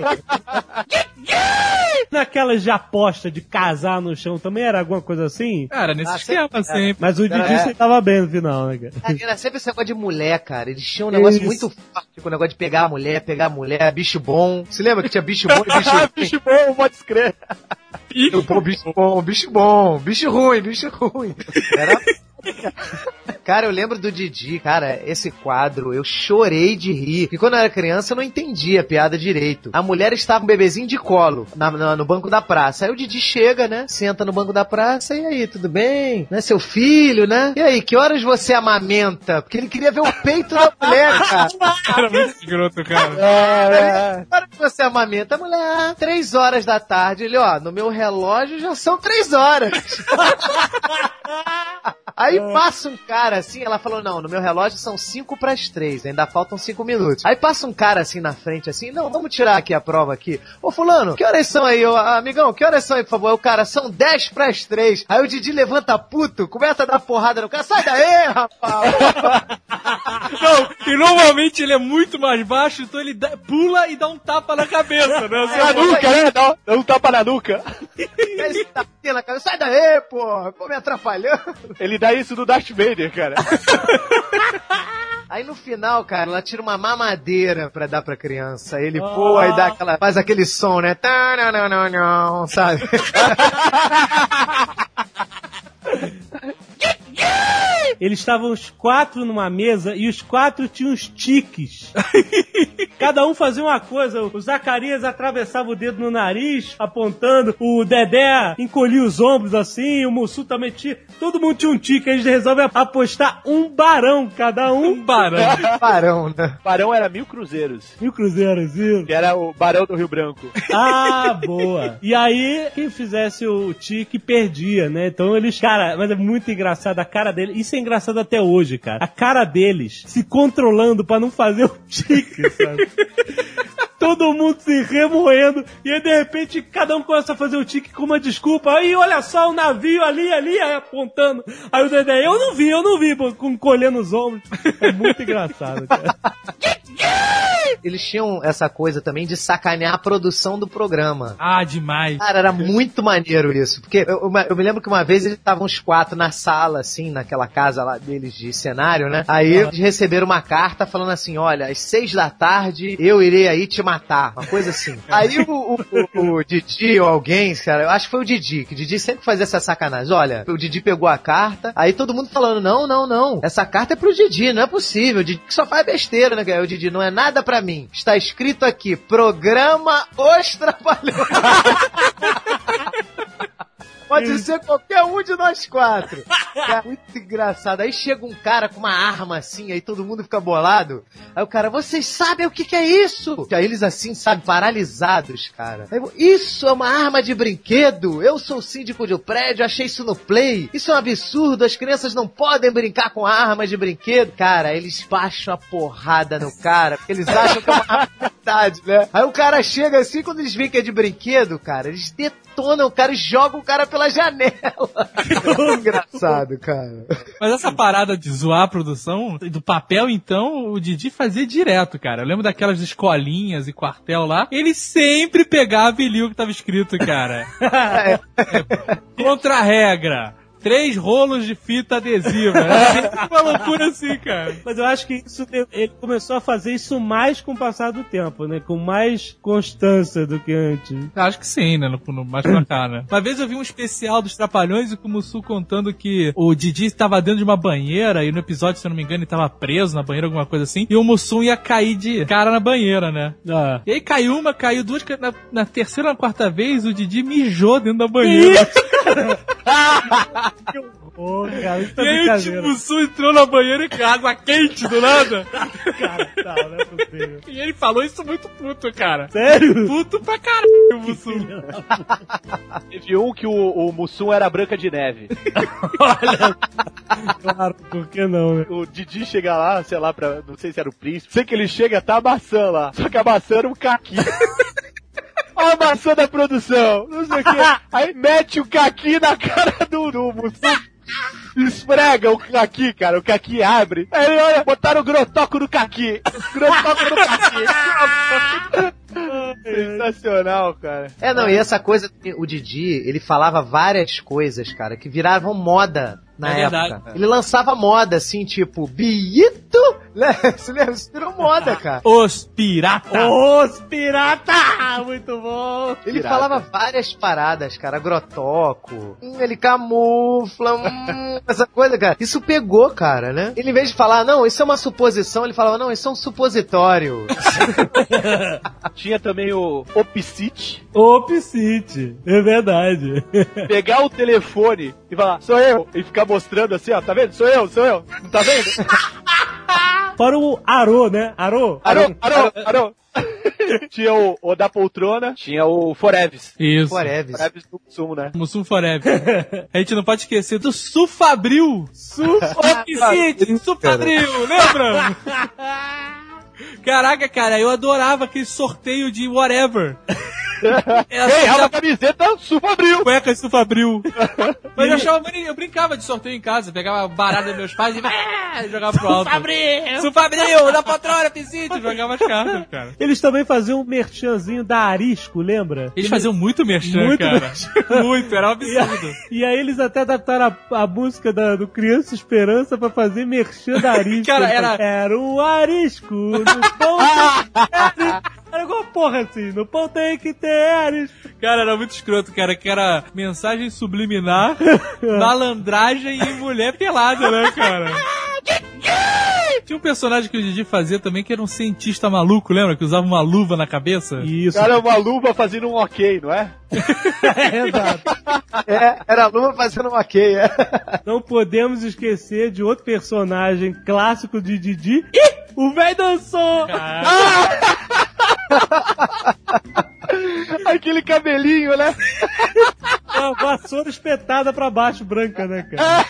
Speaker 2: Naquelas de aposta de casar no chão também era alguma coisa assim?
Speaker 5: Cara, nesse esquema sempre.
Speaker 2: Mas o Didi
Speaker 3: é.
Speaker 2: sempre tava bem no final, né, cara?
Speaker 3: Cara, Era sempre esse negócio de mulher, cara. Eles tinham um negócio
Speaker 2: Isso.
Speaker 3: muito forte com o negócio de pegar a mulher, pegar a mulher, bicho bom. Você lembra que tinha bicho bom e bicho
Speaker 4: Ah,
Speaker 3: ruim?
Speaker 4: bicho bom, pode crer.
Speaker 3: Eu, pô, bicho bom, bicho bom, bicho ruim, bicho ruim. Era... Cara, eu lembro do Didi, cara, esse quadro, eu chorei de rir. E quando eu era criança, eu não entendia a piada direito. A mulher estava com um bebezinho de colo na- na- no banco da praça. Aí o Didi chega, né? Senta no banco da praça, e aí, tudo bem? Né, seu filho, né? E aí, que horas você amamenta? Porque ele queria ver o peito da mulher, cara.
Speaker 5: Era muito escroto, cara.
Speaker 3: Que horas você amamenta? A mulher, ah, três horas da tarde. Ele, ó, no meu relógio já são três horas. Aí passa um cara assim, ela falou, não, no meu relógio são cinco pras três, ainda faltam cinco minutos. Aí passa um cara assim na frente, assim, não, vamos tirar aqui a prova aqui. Ô fulano, que horas são aí, ô, amigão, que horas são aí, por favor? Aí o cara, são dez pras três. Aí o Didi levanta puto, começa a dar porrada no cara, sai daí, rapaz!
Speaker 5: Não, e normalmente ele é muito mais baixo, então ele dá- pula e dá um tapa na cabeça, né? Assim,
Speaker 4: Na nuca, né? Dá, dá um tapa na nuca.
Speaker 3: Aí tá na cara, sai daí, porra, pô, me atrapalhando.
Speaker 4: Ele dá isso do Darth Vader, cara.
Speaker 3: Aí no final, cara, ela tira uma mamadeira pra dar pra criança. Ele voa e dá aquela, faz aquele som, né? Tá, não, não, não, não, sabe?
Speaker 2: Eles estavam os quatro numa mesa e os quatro tinham uns tiques. Cada um fazia uma coisa. O Zacarias atravessava o dedo no nariz, apontando. O Dedé encolhia os ombros assim. O Mussu também tinha. Todo mundo tinha um tique. Eles resolvem apostar um barão, cada um.
Speaker 5: um barão.
Speaker 3: Parão, né?
Speaker 4: Barão era mil cruzeiros.
Speaker 2: Mil cruzeiros, isso.
Speaker 4: Que era o Barão do Rio Branco.
Speaker 2: Ah, boa. E aí, quem fizesse o tique perdia, né? Então eles, cara, mas é muito engraçado a cara dele. Isso é engraçado até hoje, cara. A cara deles se controlando pra não fazer o tique, sabe? Todo mundo se remoendo e aí, de repente cada um começa a fazer o tique com uma desculpa. Aí olha só o navio ali, ali, aí apontando. Aí o Dedé, eu não vi, eu não vi, pô, com colhendo os ombros. É muito engraçado, cara.
Speaker 3: Eles tinham essa coisa também de sacanear a produção do programa.
Speaker 5: Ah, demais.
Speaker 3: Cara, era muito maneiro isso. Porque eu, uma- eu me lembro que uma vez eles estavam os quatro na sala, assim, naquela casa lá deles de cenário, né? Aí eles receberam uma carta falando assim: olha, às seis da tarde eu irei aí te matar. Uma coisa assim. Aí o, o, o- o Didi ou alguém, cara, eu acho que foi o Didi, que o Didi sempre fazia essa sacanagem. Olha, o Didi pegou a carta, aí todo mundo falando: não, não, não, essa carta é pro Didi, não é possível. O Didi só faz besteira, né? cara? O Didi não é nada pra mim. Está escrito aqui: programa Os Trapalhões. Pode ser qualquer um de nós quatro. Cara, muito engraçado. Aí chega um cara com uma arma assim, aí todo mundo fica bolado. Aí o cara, vocês sabem o que, que é isso? Aí eles assim, sabe, paralisados, cara. Aí eu, isso é uma arma de brinquedo. Eu sou síndico de um prédio, achei isso no play. Isso é um absurdo, as crianças não podem brincar com armas de brinquedo. Cara, eles baixam a porrada no cara, porque eles acham que é uma arma de verdade, né? Aí o cara chega assim, quando eles veem que é de brinquedo, cara, eles detonam o cara e jogam o cara pela janela. É Engraçado, cara.
Speaker 5: Mas essa parada de zoar a produção do papel, então, o Didi fazia direto, cara. Eu lembro daquelas escolinhas e quartel lá. Ele sempre pegava e lia o que tava escrito, cara. É. Contra a regra. Três rolos de fita adesiva. Era sempre uma loucura assim, cara.
Speaker 2: Mas eu acho que isso deu- ele começou a fazer isso mais com o passar do tempo, né? Com mais constância do que antes.
Speaker 5: Eu Acho que sim, né? No, no- mais pra cá, né? Uma vez eu vi um especial dos Trapalhões e o Kumussu contando que o Didi estava dentro de uma banheira e no episódio, se eu não me engano, ele estava preso na banheira, alguma coisa assim. E o Mussum ia cair de cara na banheira, né?
Speaker 2: Ah.
Speaker 5: E aí caiu uma, caiu duas. caiu- Na, na terceira, na quarta vez, o Didi mijou dentro da banheira.
Speaker 2: Ô, cara, isso
Speaker 5: E
Speaker 2: tá
Speaker 5: aí o
Speaker 2: brincadeira.
Speaker 5: Timussu entrou na banheira com água quente do nada.
Speaker 2: Cara, tá, não é possível.
Speaker 5: E ele falou isso muito puto, cara.
Speaker 2: Sério?
Speaker 5: Puto pra caralho, Mussum.
Speaker 4: Teve um que o, o Mussum era Branca de Neve.
Speaker 2: Claro, por que não, né?
Speaker 4: O Didi chega lá, sei lá, pra, não sei se era o príncipe. Sei que ele chega, tá a maçã lá. Só que a maçã era um caqui. Olha a maçã da produção. Não sei o quê. Aí mete o caqui na cara do, do Mussum. Esfrega o caqui, cara. O caqui abre. Aí ele olha, botaram o grotoco no caqui. Grotoco no caqui. Sensacional, cara.
Speaker 3: É, não, e essa coisa, o Didi, ele falava várias coisas, cara, que viravam moda na
Speaker 5: É
Speaker 3: época.
Speaker 5: verdade.
Speaker 3: Ele lançava moda, assim, tipo, Bito, né? Isso mesmo, isso virou moda, cara.
Speaker 5: Os pirata.
Speaker 2: Os pirata! Muito bom!
Speaker 3: Ele
Speaker 4: Pirata.
Speaker 3: falava várias paradas, cara, agrotoco, hum, ele camufla, hum, essa coisa, cara. Isso pegou, cara, né? Ele, em vez de falar, não, isso é uma suposição, ele falava, não, isso é um supositório.
Speaker 4: Tinha também o Opsite.
Speaker 2: O Psyche, é verdade.
Speaker 4: pegar o telefone e falar, sou eu, e ficar mostrando assim, ó, tá vendo? Sou eu, sou eu, não tá vendo?
Speaker 2: Para o Arô, né? Arô?
Speaker 4: Arô, arô, arô. Tinha o, o da poltrona, tinha o Foreves.
Speaker 5: Isso.
Speaker 3: Forever.
Speaker 4: Foreves do consumo, né?
Speaker 5: Mussum Forever. A gente não pode esquecer do Sufabril. Sufabril. Sufabril, lembra? Caraca, cara, eu adorava aquele sorteio de whatever. Era
Speaker 4: Quem
Speaker 5: sortear
Speaker 4: rala a camiseta, sufabril.
Speaker 5: cueca e Sufabril. Mas eu achava maneiro, eu brincava de sorteio em casa, pegava a barata dos meus pais e ah, jogava pro alto. Sufabril! Sufabril, da patrona, piscite, jogava as cartas, cara.
Speaker 2: Eles também faziam um merchanzinho da Arisco, lembra?
Speaker 5: Eles faziam muito merchan,
Speaker 2: Muito
Speaker 5: cara. Muito, era um absurdo.
Speaker 2: E aí eles até adaptaram a, a música da- do Criança Esperança pra fazer merchan da Arisco.
Speaker 5: Cara, era-
Speaker 2: Era um arisco no pão tem... Era igual porra assim, no pão tem que ter arisco.
Speaker 5: Cara, era muito escroto, cara, que era mensagem subliminar, malandragem e mulher pelada, né, cara? Tinha um personagem que o Didi fazia também que era um cientista maluco, lembra? Que usava uma luva na cabeça.
Speaker 4: O
Speaker 2: Isso.
Speaker 4: cara é uma luva fazendo um ok, não é?
Speaker 3: É, era a Luma fazendo um ok, é.
Speaker 2: Não podemos esquecer de outro personagem clássico de Didi. Ih, o véi dançou!
Speaker 4: Aquele cabelinho, né?
Speaker 2: É uma vassoura espetada pra baixo, branca, né, cara?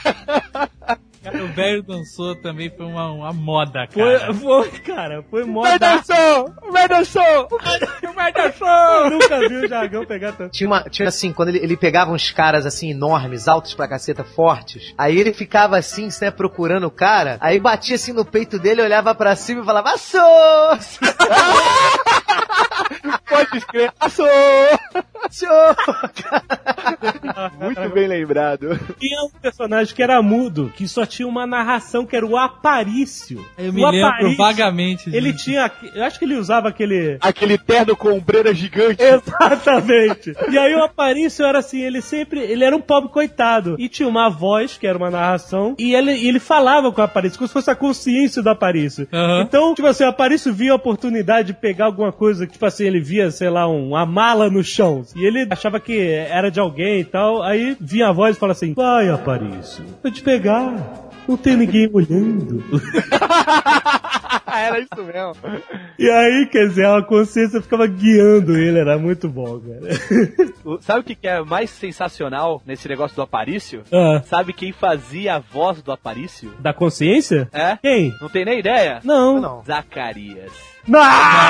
Speaker 5: O velho dançou também foi uma, uma moda,
Speaker 2: Foi,
Speaker 5: cara.
Speaker 2: foi, cara, foi
Speaker 4: Vai
Speaker 2: moda.
Speaker 4: dar som! Vai dar som!
Speaker 5: Vai dar show!
Speaker 2: Eu nunca vi o Jargão pegar tanto.
Speaker 3: Tinha, uma, tinha assim, quando ele, ele pegava uns caras assim, enormes, altos pra caceta, fortes. Aí ele ficava assim, né, procurando o cara. Aí batia assim no peito dele, olhava pra cima e falava, Assô!
Speaker 4: Pode escrever. Açô! Muito bem lembrado.
Speaker 2: Tinha um personagem que era mudo, que só tinha uma narração, que era o Aparício.
Speaker 5: Eu
Speaker 2: O
Speaker 5: me lembro
Speaker 2: Aparício,
Speaker 5: vagamente.
Speaker 2: Ele
Speaker 5: disso.
Speaker 2: tinha. aque- Eu acho que ele usava aquele.
Speaker 4: Aquele terno com ombreira gigante.
Speaker 2: Exatamente. E aí o Aparício era assim, ele sempre, ele era um pobre coitado. E tinha uma voz, que era uma narração, e ele, e ele falava com o Aparício, como se fosse a consciência do Aparício.
Speaker 5: Aham.
Speaker 2: Então, tipo assim, o Aparício via a oportunidade de pegar alguma coisa, tipo assim, ele via, sei lá, um, uma mala no chão. E ele achava que era de alguém e tal, aí vinha a voz e falava assim, vai Aparício, vou te pegar. Não tem ninguém olhando.
Speaker 4: Era isso mesmo.
Speaker 2: E aí, quer dizer, a consciência ficava guiando ele, era muito bom, cara.
Speaker 4: O- Sabe o que que é mais sensacional nesse negócio do Aparício?
Speaker 2: Ah.
Speaker 4: Sabe quem fazia a voz do Aparício?
Speaker 2: Da consciência?
Speaker 4: É?
Speaker 2: Quem?
Speaker 4: Não tem nem ideia?
Speaker 2: Não.
Speaker 3: Não.
Speaker 4: Zacarias.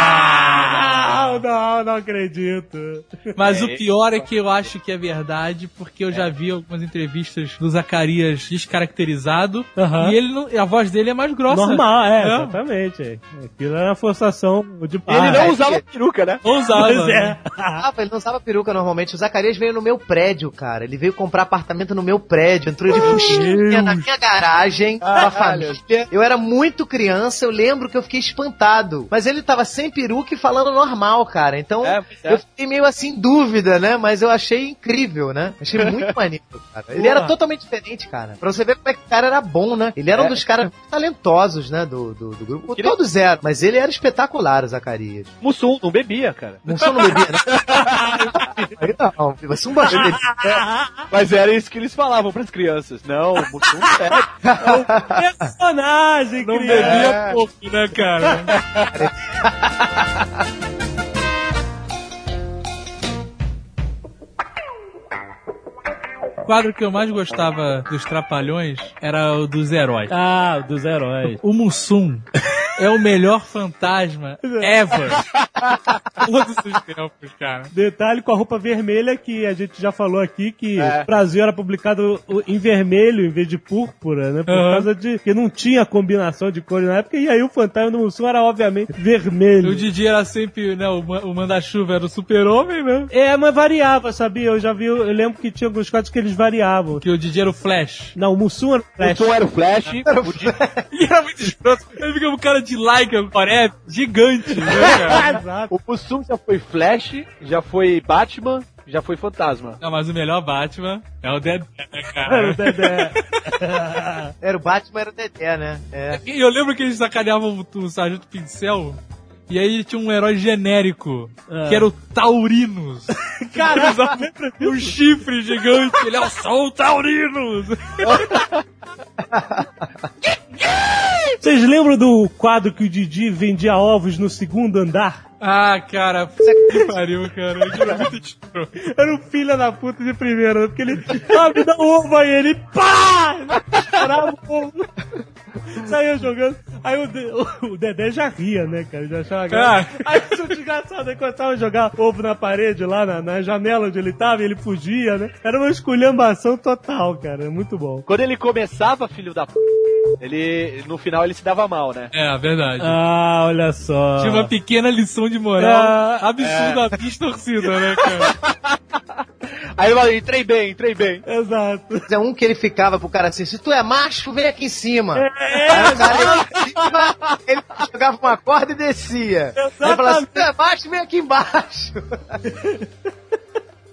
Speaker 2: Não, não, não acredito.
Speaker 5: Mas
Speaker 4: É,
Speaker 5: o pior é que eu acho que é verdade, porque eu já vi algumas entrevistas do Zacarias descaracterizado
Speaker 2: Aham.
Speaker 5: e ele não- a voz dele é mais grossa.
Speaker 2: Normal, é,
Speaker 5: É.
Speaker 2: exatamente. é. Aquilo era forçação de par.
Speaker 4: Ele não
Speaker 3: é
Speaker 4: usava peruca, né?
Speaker 5: Ousava.
Speaker 2: Pois é.
Speaker 3: Ah, ele não usava peruca normalmente. O Zacarias veio no meu prédio, cara. Ele veio comprar apartamento no meu prédio. Entrou de fusquinha na minha garagem, com a
Speaker 4: Caralho.
Speaker 3: família. Eu era muito criança, eu lembro que eu fiquei espantado. Mas ele tava sem peruca e falando normal, cara. Então,
Speaker 4: É, pois é.
Speaker 3: eu fiquei meio assim, em dúvida, né? Mas eu achei incrível, né? Achei muito maneiro, cara. Ele era
Speaker 2: Porra.
Speaker 3: totalmente diferente, cara. Pra você ver como é que o cara era bom, né? Ele era
Speaker 4: É.
Speaker 3: um dos caras talentosos, né? Do, do, do grupo.
Speaker 4: Queria-
Speaker 3: Todos eram, mas ele era espetacular, o Zacarias.
Speaker 4: Mussum, não bebia, cara.
Speaker 3: Não só não bebia, né? Aí não, vai ser um bastante.
Speaker 4: Ah. Mas era isso que eles falavam pras crianças. Não, Mussum bebe.
Speaker 2: Personagem,
Speaker 5: Não
Speaker 2: criança.
Speaker 5: bebia pouco, né, cara? O quadro que eu mais gostava dos Trapalhões era o dos heróis.
Speaker 2: Ah, dos heróis.
Speaker 5: O Mussum é o melhor fantasma ever. Todos os tempos, cara.
Speaker 2: Detalhe com a roupa vermelha que a gente já falou aqui que
Speaker 4: É.
Speaker 2: o Brasil era publicado o- em vermelho em vez de púrpura, né? Por
Speaker 5: Aham.
Speaker 2: causa de que não tinha combinação de cores na época e aí o fantasma do Mussum era obviamente vermelho.
Speaker 5: O Didi era sempre, né, o, ma- o manda-chuva era o super-homem, né?
Speaker 2: É, mas variava, sabia? Eu já vi, eu lembro que tinha alguns códigos que eles variavam.
Speaker 5: Que o Didi era o Flash.
Speaker 2: Não, o Mussum é era flash.
Speaker 4: Mussum era o Flash. o Di-
Speaker 5: E era muito escroto. Ele ficava um cara de like, um coré gigante, né, cara?
Speaker 2: Exato.
Speaker 4: O Mussum já foi Flash, já foi Batman, já foi Fantasma.
Speaker 5: Não, mas o melhor Batman é o Dedé, né,
Speaker 2: Era o
Speaker 5: cara?
Speaker 2: Dedé.
Speaker 3: Era o Batman, era o Dedé, né? É.
Speaker 5: E eu lembro que eles sacaneavam o, o Sargento Pincel. E aí tinha um herói genérico, que era o Taurinos.
Speaker 2: Caraca, É. lembra
Speaker 5: um chifre gigante, ele é o Sol Taurinos.
Speaker 2: Vocês lembram do quadro que o Didi vendia ovos no segundo andar?
Speaker 5: Ah, cara, puta que pariu, cara. Ele era muito escroto.
Speaker 2: Era o filho da puta de primeira, né? porque ele ah, me dá um ovo aí, ele pá! Estourava o ovo. Saía jogando. Aí o, De- o- o Dedé já ria, né, cara? Ele Já achava graça. Aí o seu desgraçado aí começava a jogar ovo na parede lá, na, na janela onde ele tava, e ele fugia, né? Era uma esculhambação total, cara. É Muito bom.
Speaker 4: Quando ele começava, filho da p... Ele, no final, ele se dava mal, né?
Speaker 5: É, verdade.
Speaker 2: Ah, olha só.
Speaker 5: Tinha uma pequena lição de moral
Speaker 2: É.
Speaker 5: absurda, distorcida, né, cara?
Speaker 4: Aí ele falou, entrei bem, entrei bem.
Speaker 2: Exato.
Speaker 3: É um que ele ficava pro cara assim: se tu é macho, vem aqui em cima.
Speaker 2: É,
Speaker 3: Aí o cara ia em cima, ele jogava uma corda e descia. Aí falava: se tu é macho, vem aqui embaixo.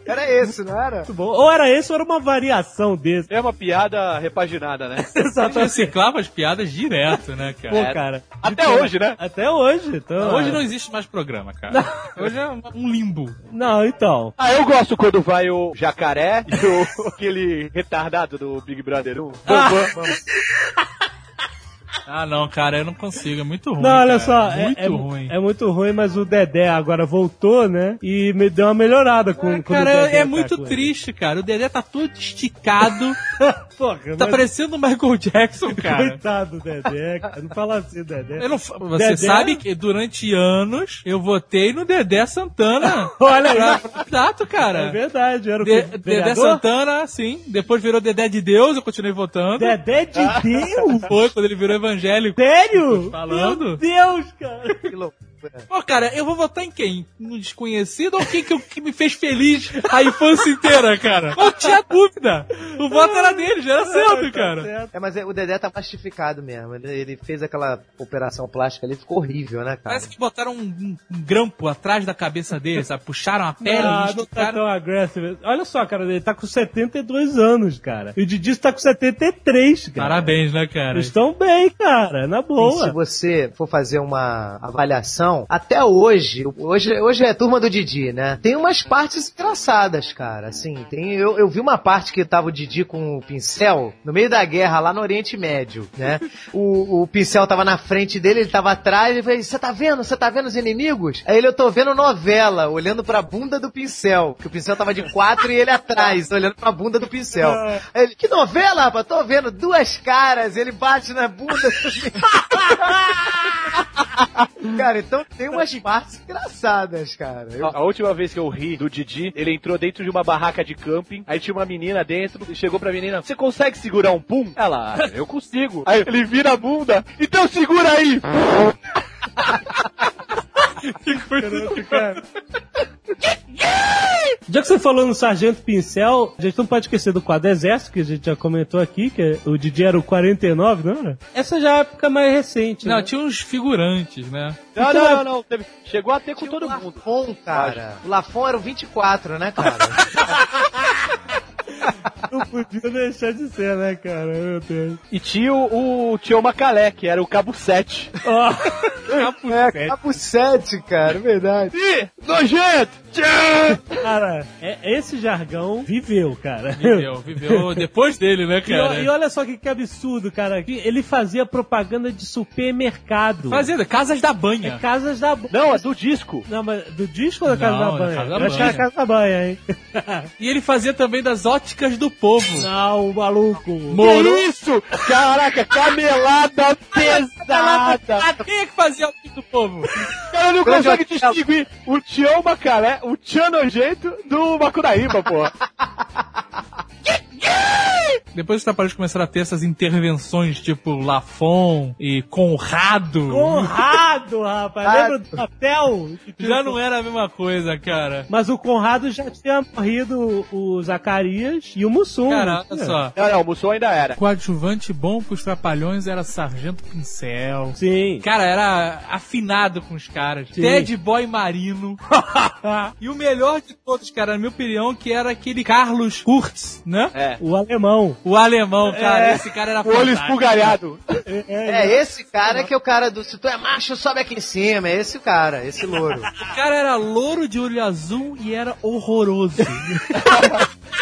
Speaker 3: Era esse, não era?
Speaker 2: muito bom. Ou era esse ou era uma variação desse.
Speaker 4: É uma piada repaginada, né?
Speaker 5: Ele reciclava as piadas direto, né,
Speaker 2: Pô,
Speaker 5: cara?
Speaker 2: cara.
Speaker 4: Até hoje, né?
Speaker 2: Até hoje. Então,
Speaker 5: Hoje não existe mais programa, cara. Hoje é um limbo.
Speaker 2: Não, então.
Speaker 4: Ah, eu gosto quando vai o jacaré e um. Ah. o, aquele retardado do Big Brother 1. Bambam,
Speaker 5: Ah, não, cara, eu não consigo, é muito ruim.
Speaker 2: Não, olha
Speaker 5: cara,
Speaker 2: só, é
Speaker 5: Muito
Speaker 2: é-
Speaker 5: ruim.
Speaker 2: É muito ruim, mas o Dedé agora voltou, né? E me deu uma melhorada com,
Speaker 5: Ah,
Speaker 2: quando o
Speaker 5: cara,
Speaker 2: Dedé
Speaker 5: é
Speaker 2: tá
Speaker 5: muito
Speaker 2: com ele.
Speaker 5: triste, cara. O Dedé tá todo esticado.
Speaker 2: Porra,
Speaker 5: tá
Speaker 2: mas-
Speaker 5: parecendo o Michael Jackson, cara.
Speaker 2: Coitado do Dedé, cara. Não fala assim, Dedé.
Speaker 5: Eu não fa- você
Speaker 2: Dedé?
Speaker 5: sabe que durante anos eu votei no Dedé Santana.
Speaker 2: Olha aí.
Speaker 5: Exato,
Speaker 2: É
Speaker 5: cara.
Speaker 2: verdade, era o
Speaker 5: De-
Speaker 2: que-
Speaker 5: Dedé
Speaker 2: vereador?
Speaker 5: Santana, sim. Depois virou Dedé de Deus, eu continuei votando.
Speaker 2: Dedé de
Speaker 5: Ah.
Speaker 2: Deus?
Speaker 5: Foi quando ele virou evangélico.
Speaker 2: Sério?
Speaker 5: Falando?
Speaker 2: Meu Deus, cara.
Speaker 3: Que loucura.
Speaker 5: Pô, cara, eu vou votar em quem? No desconhecido ou quem que, eu- que me fez feliz a infância inteira, cara? Não tinha dúvida. O voto era dele, já era
Speaker 2: tá
Speaker 5: certo, cara.
Speaker 3: É, mas é, o Dedé tá plastificado mesmo. Ele, ele fez aquela operação plástica ali, ficou horrível, né, cara?
Speaker 5: Parece que botaram um, um- um grampo atrás da cabeça dele, sabe? Puxaram a pele
Speaker 2: Ah, não
Speaker 5: e
Speaker 2: tá
Speaker 5: esticaram.
Speaker 2: tão agressivo. Olha só, cara, ele tá com 72 anos, cara. E o Didi tá com 73, cara.
Speaker 5: Parabéns, né, cara?
Speaker 2: Eles estão bem, cara. Na
Speaker 3: E se
Speaker 2: boa.
Speaker 3: você for fazer uma avaliação, até hoje, hoje, hoje é a turma do Didi, né? Tem umas partes engraçadas, cara. Assim, tem, eu, eu vi uma parte que tava o Didi com o pincel no meio da guerra, lá no Oriente Médio, né? O, o pincel tava na frente dele, ele tava atrás, ele falou: Você tá vendo? Você tá vendo os inimigos? Aí ele, eu tô vendo novela, olhando pra bunda do pincel. Que o pincel tava de quatro e ele atrás, olhando pra bunda do pincel. Aí ele, que novela, rapaz? Tô vendo duas caras, ele bate na bunda do pincel. Cara, então tem umas partes engraçadas, cara. Eu-
Speaker 4: A, a última vez que eu ri do Didi, ele entrou dentro de uma barraca de camping, aí tinha uma menina dentro, e chegou pra menina, você consegue segurar um pum? Ela, "Ah, eu consigo. Aí ele vira a bunda, então segura aí!
Speaker 2: Já que você falou no Sargento Pincel, a gente não pode esquecer do quadro Exército, que a gente já comentou aqui, que é- o Didi era o 49, não era? Essa já é a época mais recente,
Speaker 5: Não,
Speaker 2: né?
Speaker 5: tinha uns figurantes, né?
Speaker 4: Não, não, não, não. Teve- Chegou a ter com todo
Speaker 3: o
Speaker 4: mundo.
Speaker 3: Lafon, cara. O Lafon era o 24, né, cara?
Speaker 2: Não podia deixar de ser, né, cara? Meu Deus.
Speaker 4: E tinha o, o Tio Macalé, que era o Cabo 7.
Speaker 5: Tá
Speaker 2: Ó,
Speaker 3: é, Cabo 7, cara, verdade.
Speaker 4: Ih, nojento! Tchã!
Speaker 2: cara, é, esse jargão viveu, cara.
Speaker 5: Viveu, viveu depois dele, né,
Speaker 2: E, o- e
Speaker 5: cara?
Speaker 2: olha só que, que absurdo, cara. Que Ele fazia propaganda de supermercado.
Speaker 5: Fazenda, Casas da
Speaker 2: É
Speaker 5: Banha.
Speaker 2: Casas da Banha.
Speaker 4: Não, é do disco.
Speaker 2: Não, mas do disco ou da Casa
Speaker 5: Não,
Speaker 2: da
Speaker 5: da
Speaker 2: Banha?
Speaker 5: Casa da
Speaker 2: Eu acho que era
Speaker 5: Banha.
Speaker 2: Casa da Banha, hein?
Speaker 5: E ele fazia também das óticas do povo.
Speaker 2: Não, maluco.
Speaker 5: Moro.
Speaker 4: Que isso? Caraca, camelada pesada!
Speaker 5: Ah, quem é que fazia óticas do povo?
Speaker 4: O cara não
Speaker 3: Grande
Speaker 4: consegue
Speaker 3: hotel.
Speaker 4: distinguir o Tião Macalé, o Tchan nojento do Macunaíba, pô.
Speaker 5: Depois os trapalhões começaram a ter essas intervenções, tipo Lafon e Conrado.
Speaker 2: Conrado, rapaz. Lembra do papel?
Speaker 5: Já não era a mesma coisa, cara.
Speaker 2: Mas o Conrado já tinha morrido o Zacarias e o Mussum. É.
Speaker 5: Cara,
Speaker 2: não
Speaker 5: olha
Speaker 2: tinha?
Speaker 5: só.
Speaker 4: Não, não, o Mussou ainda era.
Speaker 5: Coadjuvante bom pros trapalhões era Sargento Pincel.
Speaker 2: Sim.
Speaker 5: Cara, era afinado com os caras.
Speaker 2: Sim.
Speaker 5: Ted Boy Marino. e o melhor de todos, cara, na minha opinião, que era aquele Carlos Kurtz, né?
Speaker 4: É.
Speaker 2: O alemão.
Speaker 5: O alemão, cara.
Speaker 4: É.
Speaker 5: Esse cara era
Speaker 4: O olho
Speaker 5: fantástico.
Speaker 4: esbugalhado.
Speaker 3: É, esse cara que é o cara do. Se tu é macho, sobe aqui em cima. É esse cara, esse louro.
Speaker 5: O cara era louro de olho azul e era horroroso.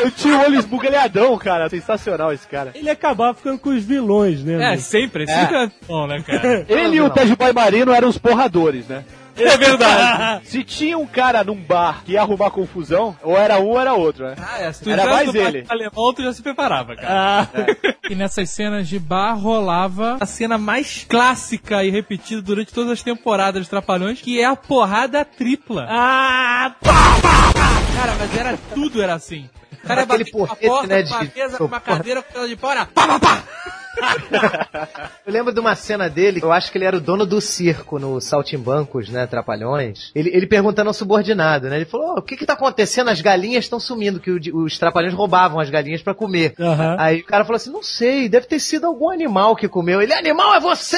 Speaker 4: Eu tinha o olho esbugalhadão, cara. Sensacional esse cara.
Speaker 2: Ele acabava ficando com os vilões, né?
Speaker 5: é,
Speaker 2: amigo?
Speaker 5: sempre. Sempre é. bom, né, cara?
Speaker 4: Ele e o Ted Boy Marino eram os porradores, né?
Speaker 5: É verdade.
Speaker 4: Se tinha um cara num bar que ia arrumar confusão, ou era um ou era outro, né?
Speaker 5: Ah, é, se tu
Speaker 4: Era
Speaker 5: já
Speaker 4: mais
Speaker 5: do parque
Speaker 4: ele.
Speaker 5: alemão, tu já se preparava, cara.
Speaker 2: Ah,
Speaker 5: E nessas cenas de bar rolava a cena mais clássica e repetida durante todas as temporadas de Trapalhões, que é a porrada tripla.
Speaker 2: ah
Speaker 5: Cara, mas era tudo era assim. O cara
Speaker 3: Aquele
Speaker 5: batia com a
Speaker 3: porrete,
Speaker 5: porta,
Speaker 3: né,
Speaker 5: com a
Speaker 3: de-
Speaker 5: mesa, com uma
Speaker 3: porra.
Speaker 5: cadeira, com ela de pau, era pá, pá, pá.
Speaker 3: Eu lembro de uma cena dele, eu acho que ele era o dono do circo no Saltimbancos, né? Trapalhões. Ele, ele perguntando ao subordinado, né? Ele falou: "Ô, o que que tá acontecendo? As galinhas estão sumindo, que o di- os trapalhões roubavam as galinhas pra comer.
Speaker 2: Aham.
Speaker 3: Aí o cara falou assim: não sei, deve ter sido algum animal que comeu. Ele, animal é você!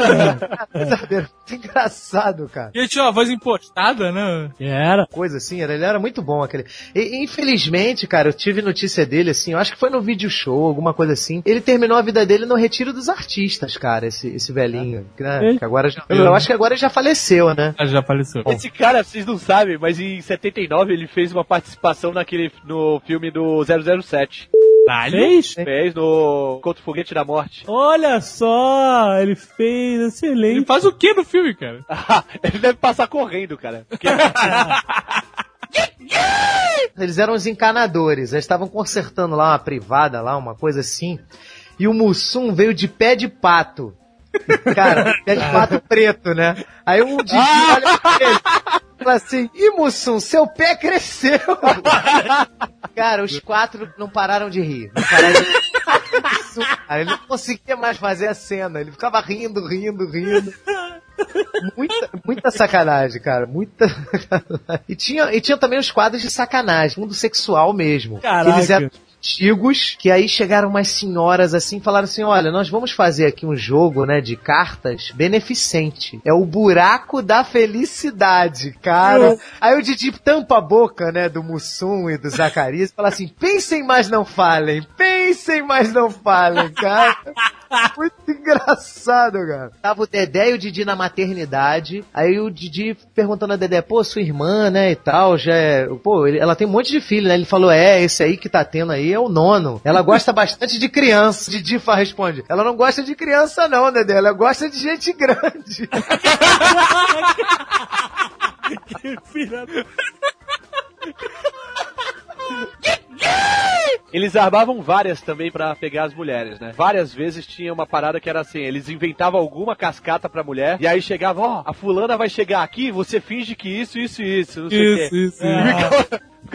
Speaker 3: Sabe, era muito engraçado, cara.
Speaker 5: E ele tinha uma voz impostada, né?
Speaker 2: Era.
Speaker 3: Coisa assim, era, ele era muito bom aquele. E, infelizmente, cara, eu tive notícia dele, assim, eu acho que foi no vídeo show, alguma coisa assim. Ele terminou a vida dele no Retiro dos Artistas, cara, esse, esse velhinho. né, que agora já- eu, eu acho que agora ele já faleceu, né?
Speaker 5: Ah, já faleceu.
Speaker 4: Esse cara, vocês não sabem, mas em 79 ele fez uma participação naquele no filme do 007.
Speaker 2: Fez?
Speaker 4: Fez no Contra o Foguete da Morte.
Speaker 2: Olha só, ele fez,
Speaker 5: Ele
Speaker 2: excelente.
Speaker 5: faz o que no filme, cara?
Speaker 4: ele deve passar correndo, cara. Porque
Speaker 3: Eles eram os encanadores. Eles estavam consertando lá uma privada, lá, uma coisa assim. E o Mussum veio de pé de pato. Cara, pé de pato preto, né? Aí um Didi olha pra ele e fala assim: Ih, Mussum, seu pé cresceu! Cara, os quatro não pararam de rir. Não pararam de rir. Mussum, cara, ele não conseguia mais fazer a cena. Ele ficava rindo, rindo, rindo. Muita, muita sacanagem, cara. Muita sacanagem. E tinha, e tinha também os quadros de sacanagem, mundo sexual mesmo.
Speaker 2: Caraca.
Speaker 3: Que eles eram antigos, que aí chegaram umas senhoras assim e falaram assim: olha, nós vamos fazer aqui um jogo, né, de cartas beneficente. É o buraco da felicidade, cara. Aí o Didi tampa a boca, né, do Mussum e do Zacarias e fala assim: pensem, mas não falem, pensem, mas não falem, cara. Muito engraçado, cara. Tava o Dedé e o Didi na maternidade. Aí o Didi perguntando a Dedé, pô, sua irmã, né, e tal, já é... Pô, ele- ela tem um monte de filho, né? Ele falou, é, esse aí que tá tendo aí é o nono. Ela gosta bastante de criança. Didi fa- responde, ela não gosta de criança não, Dedé. Ela gosta de gente grande.
Speaker 2: Que filha da-
Speaker 4: eles armavam várias também pra pegar as mulheres, né? Várias vezes tinha uma parada que era assim, eles inventavam alguma cascata pra mulher, e aí chegava, ó, a fulana vai chegar aqui, você finge que isso, isso e isso, não sei o quê.
Speaker 5: Isso, isso.
Speaker 4: Ficava,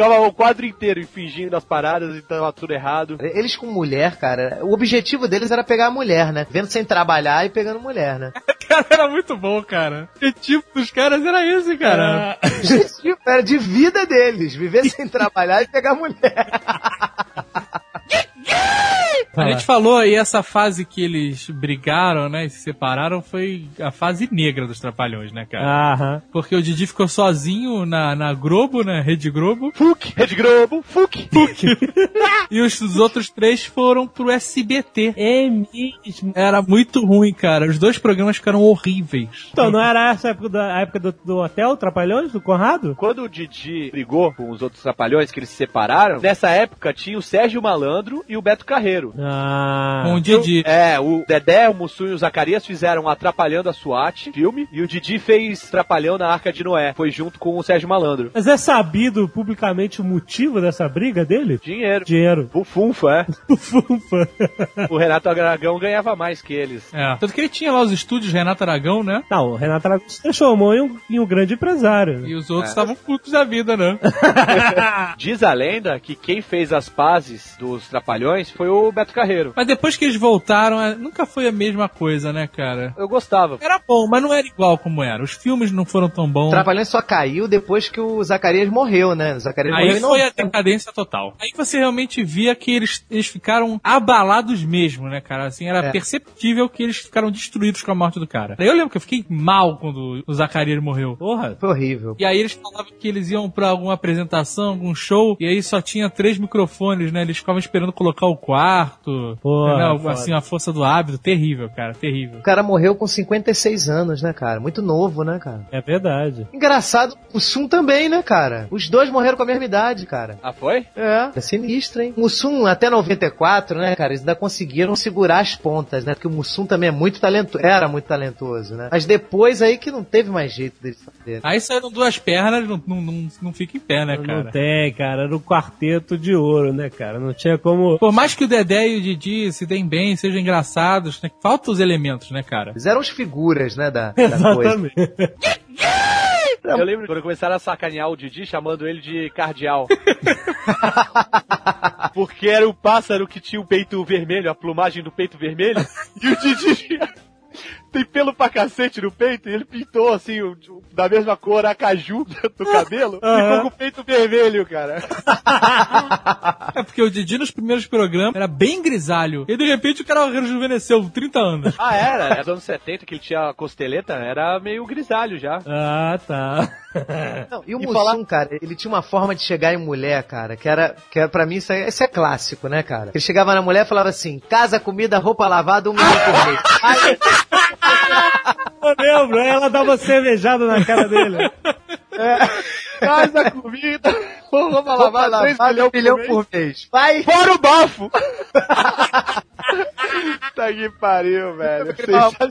Speaker 4: ficava o quadro inteiro e fingindo as paradas e tava tudo errado.
Speaker 3: Eles com mulher, cara, o objetivo deles era pegar a mulher, né? Vendo sem trabalhar e pegando mulher, né?
Speaker 5: Cara, era muito bom, cara. O tipo dos caras era esse, cara.
Speaker 3: O objetivo era de vida deles, viver sem trabalhar e pegar mulher.
Speaker 5: É. A gente falou aí essa fase que eles brigaram, né? E se separaram foi a fase negra dos Trapalhões, né, cara?
Speaker 2: Ah, Aham.
Speaker 5: Porque o Didi ficou sozinho na, na Globo, na Rede Globo.
Speaker 4: Fuck, Rede Globo, fuck.
Speaker 5: e os, os outros três foram pro SBT.
Speaker 2: É mesmo.
Speaker 5: Era muito ruim, cara. Os dois programas ficaram horríveis.
Speaker 2: Então, não era essa a época, da, a época do, do hotel Trapalhões, do Conrado?
Speaker 4: Quando o Didi brigou com os outros trapalhões que eles se separaram, nessa época tinha o Sérgio Malandro e o Beto Carreiro.
Speaker 2: Ah.
Speaker 5: Com o Didi.
Speaker 4: É, o Dedé, o Mussum e o Zacarias fizeram Atrapalhando a SWAT, filme, e o Didi fez Trapalhão na Arca de Noé. Foi junto com o Sérgio Malandro.
Speaker 2: Mas é sabido publicamente o motivo dessa briga dele?
Speaker 4: Dinheiro.
Speaker 2: Dinheiro.
Speaker 4: Bufunfa, é.
Speaker 2: Fufa.
Speaker 4: O Renato Aragão ganhava mais que eles.
Speaker 5: É. Tanto que ele tinha lá os estúdios Renato Aragão, né?
Speaker 2: Não, o Renato Aragão se transformou em um, em um grande empresário. né?
Speaker 5: E os outros estavam putos da vida, né?
Speaker 4: Diz a lenda que quem fez as pazes dos Trapalhões foi o Beto Carreiro.
Speaker 5: Mas depois que eles voltaram, é- nunca foi a mesma coisa, né, cara?
Speaker 4: Eu gostava.
Speaker 5: Era bom, mas não era igual como era. Os filmes não foram tão bons.
Speaker 3: Trapalhões só caiu depois que o Zacarias morreu, né? O Zacarias morreu
Speaker 5: Aí
Speaker 3: e não-
Speaker 5: foi a decadência total. Aí você realmente via que eles, eles ficaram abalados mesmo, né, cara? Assim, era
Speaker 3: É.
Speaker 5: perceptível que eles ficaram destruídos com a morte do cara. Eu lembro que eu fiquei mal quando o Zacarias morreu. Porra.
Speaker 3: Foi horrível.
Speaker 5: E aí eles falavam que eles iam pra alguma apresentação, algum show, e aí só tinha três microfones, né? Eles ficavam esperando colocar o quarto.
Speaker 2: Porra,
Speaker 5: Não,
Speaker 2: foda.
Speaker 5: assim, a força do hábito. Terrível, cara, terrível.
Speaker 3: O cara morreu com 56 anos, né, cara? Muito novo, né, cara?
Speaker 2: É verdade.
Speaker 3: Engraçado, o Sum também, né, cara? Os dois morreram com a mesma idade, cara.
Speaker 4: Ah, foi?
Speaker 3: É. É sinistro, hein? O Mussum, até 94, né, cara? Eles ainda conseguiram segurar as pontas, né? Porque o Mussum também é muito talentoso. Era muito talentoso, né? Mas depois aí que não teve mais jeito deles fazer.
Speaker 5: Aí saíram duas pernas, não, não, não, não fica em pé, né, cara?
Speaker 2: Não tem, cara. Era o quarteto de ouro, né, cara? Não tinha como.
Speaker 5: Por mais que o Dedé e o Didi se deem bem, sejam engraçados, né? faltam os elementos, né, cara?
Speaker 3: Eles eram as figuras, né, da, da coisa.
Speaker 2: Exatamente.
Speaker 4: Eu lembro quando começaram a sacanear o Didi, chamando ele de cardeal. Porque era o pássaro que tinha o peito vermelho, a plumagem do peito vermelho, e o Didi tem pelo pra cacete no peito, e ele pintou assim, o- o- da mesma cor, a caju do cabelo, e ficou com o peito vermelho, cara.
Speaker 5: É porque o Didi nos primeiros programas era bem grisalho. E de repente o cara rejuvenesceu 30 anos.
Speaker 4: Ah, era? Era Nos anos 70 que ele tinha a costeleta, era meio grisalho já.
Speaker 2: Ah, tá.
Speaker 3: Não, e o
Speaker 4: E
Speaker 3: Mussum,
Speaker 4: falar-
Speaker 3: cara, ele tinha uma forma de chegar em mulher, cara, que era, que era pra mim, isso é, isso é clássico, né, cara? Ele chegava na mulher e falava assim, casa, comida, roupa lavada, um milhão por mês. Ai,
Speaker 2: Eu lembro, ela dava uma cervejada na cara dele.
Speaker 4: Tá Casa, comida,
Speaker 3: Vamos lá, vai lá,
Speaker 4: três
Speaker 3: paga um
Speaker 4: milhão por
Speaker 3: milhão
Speaker 4: mês.
Speaker 3: por mês. Vai!
Speaker 4: Fora o bafo! tá que pariu, velho.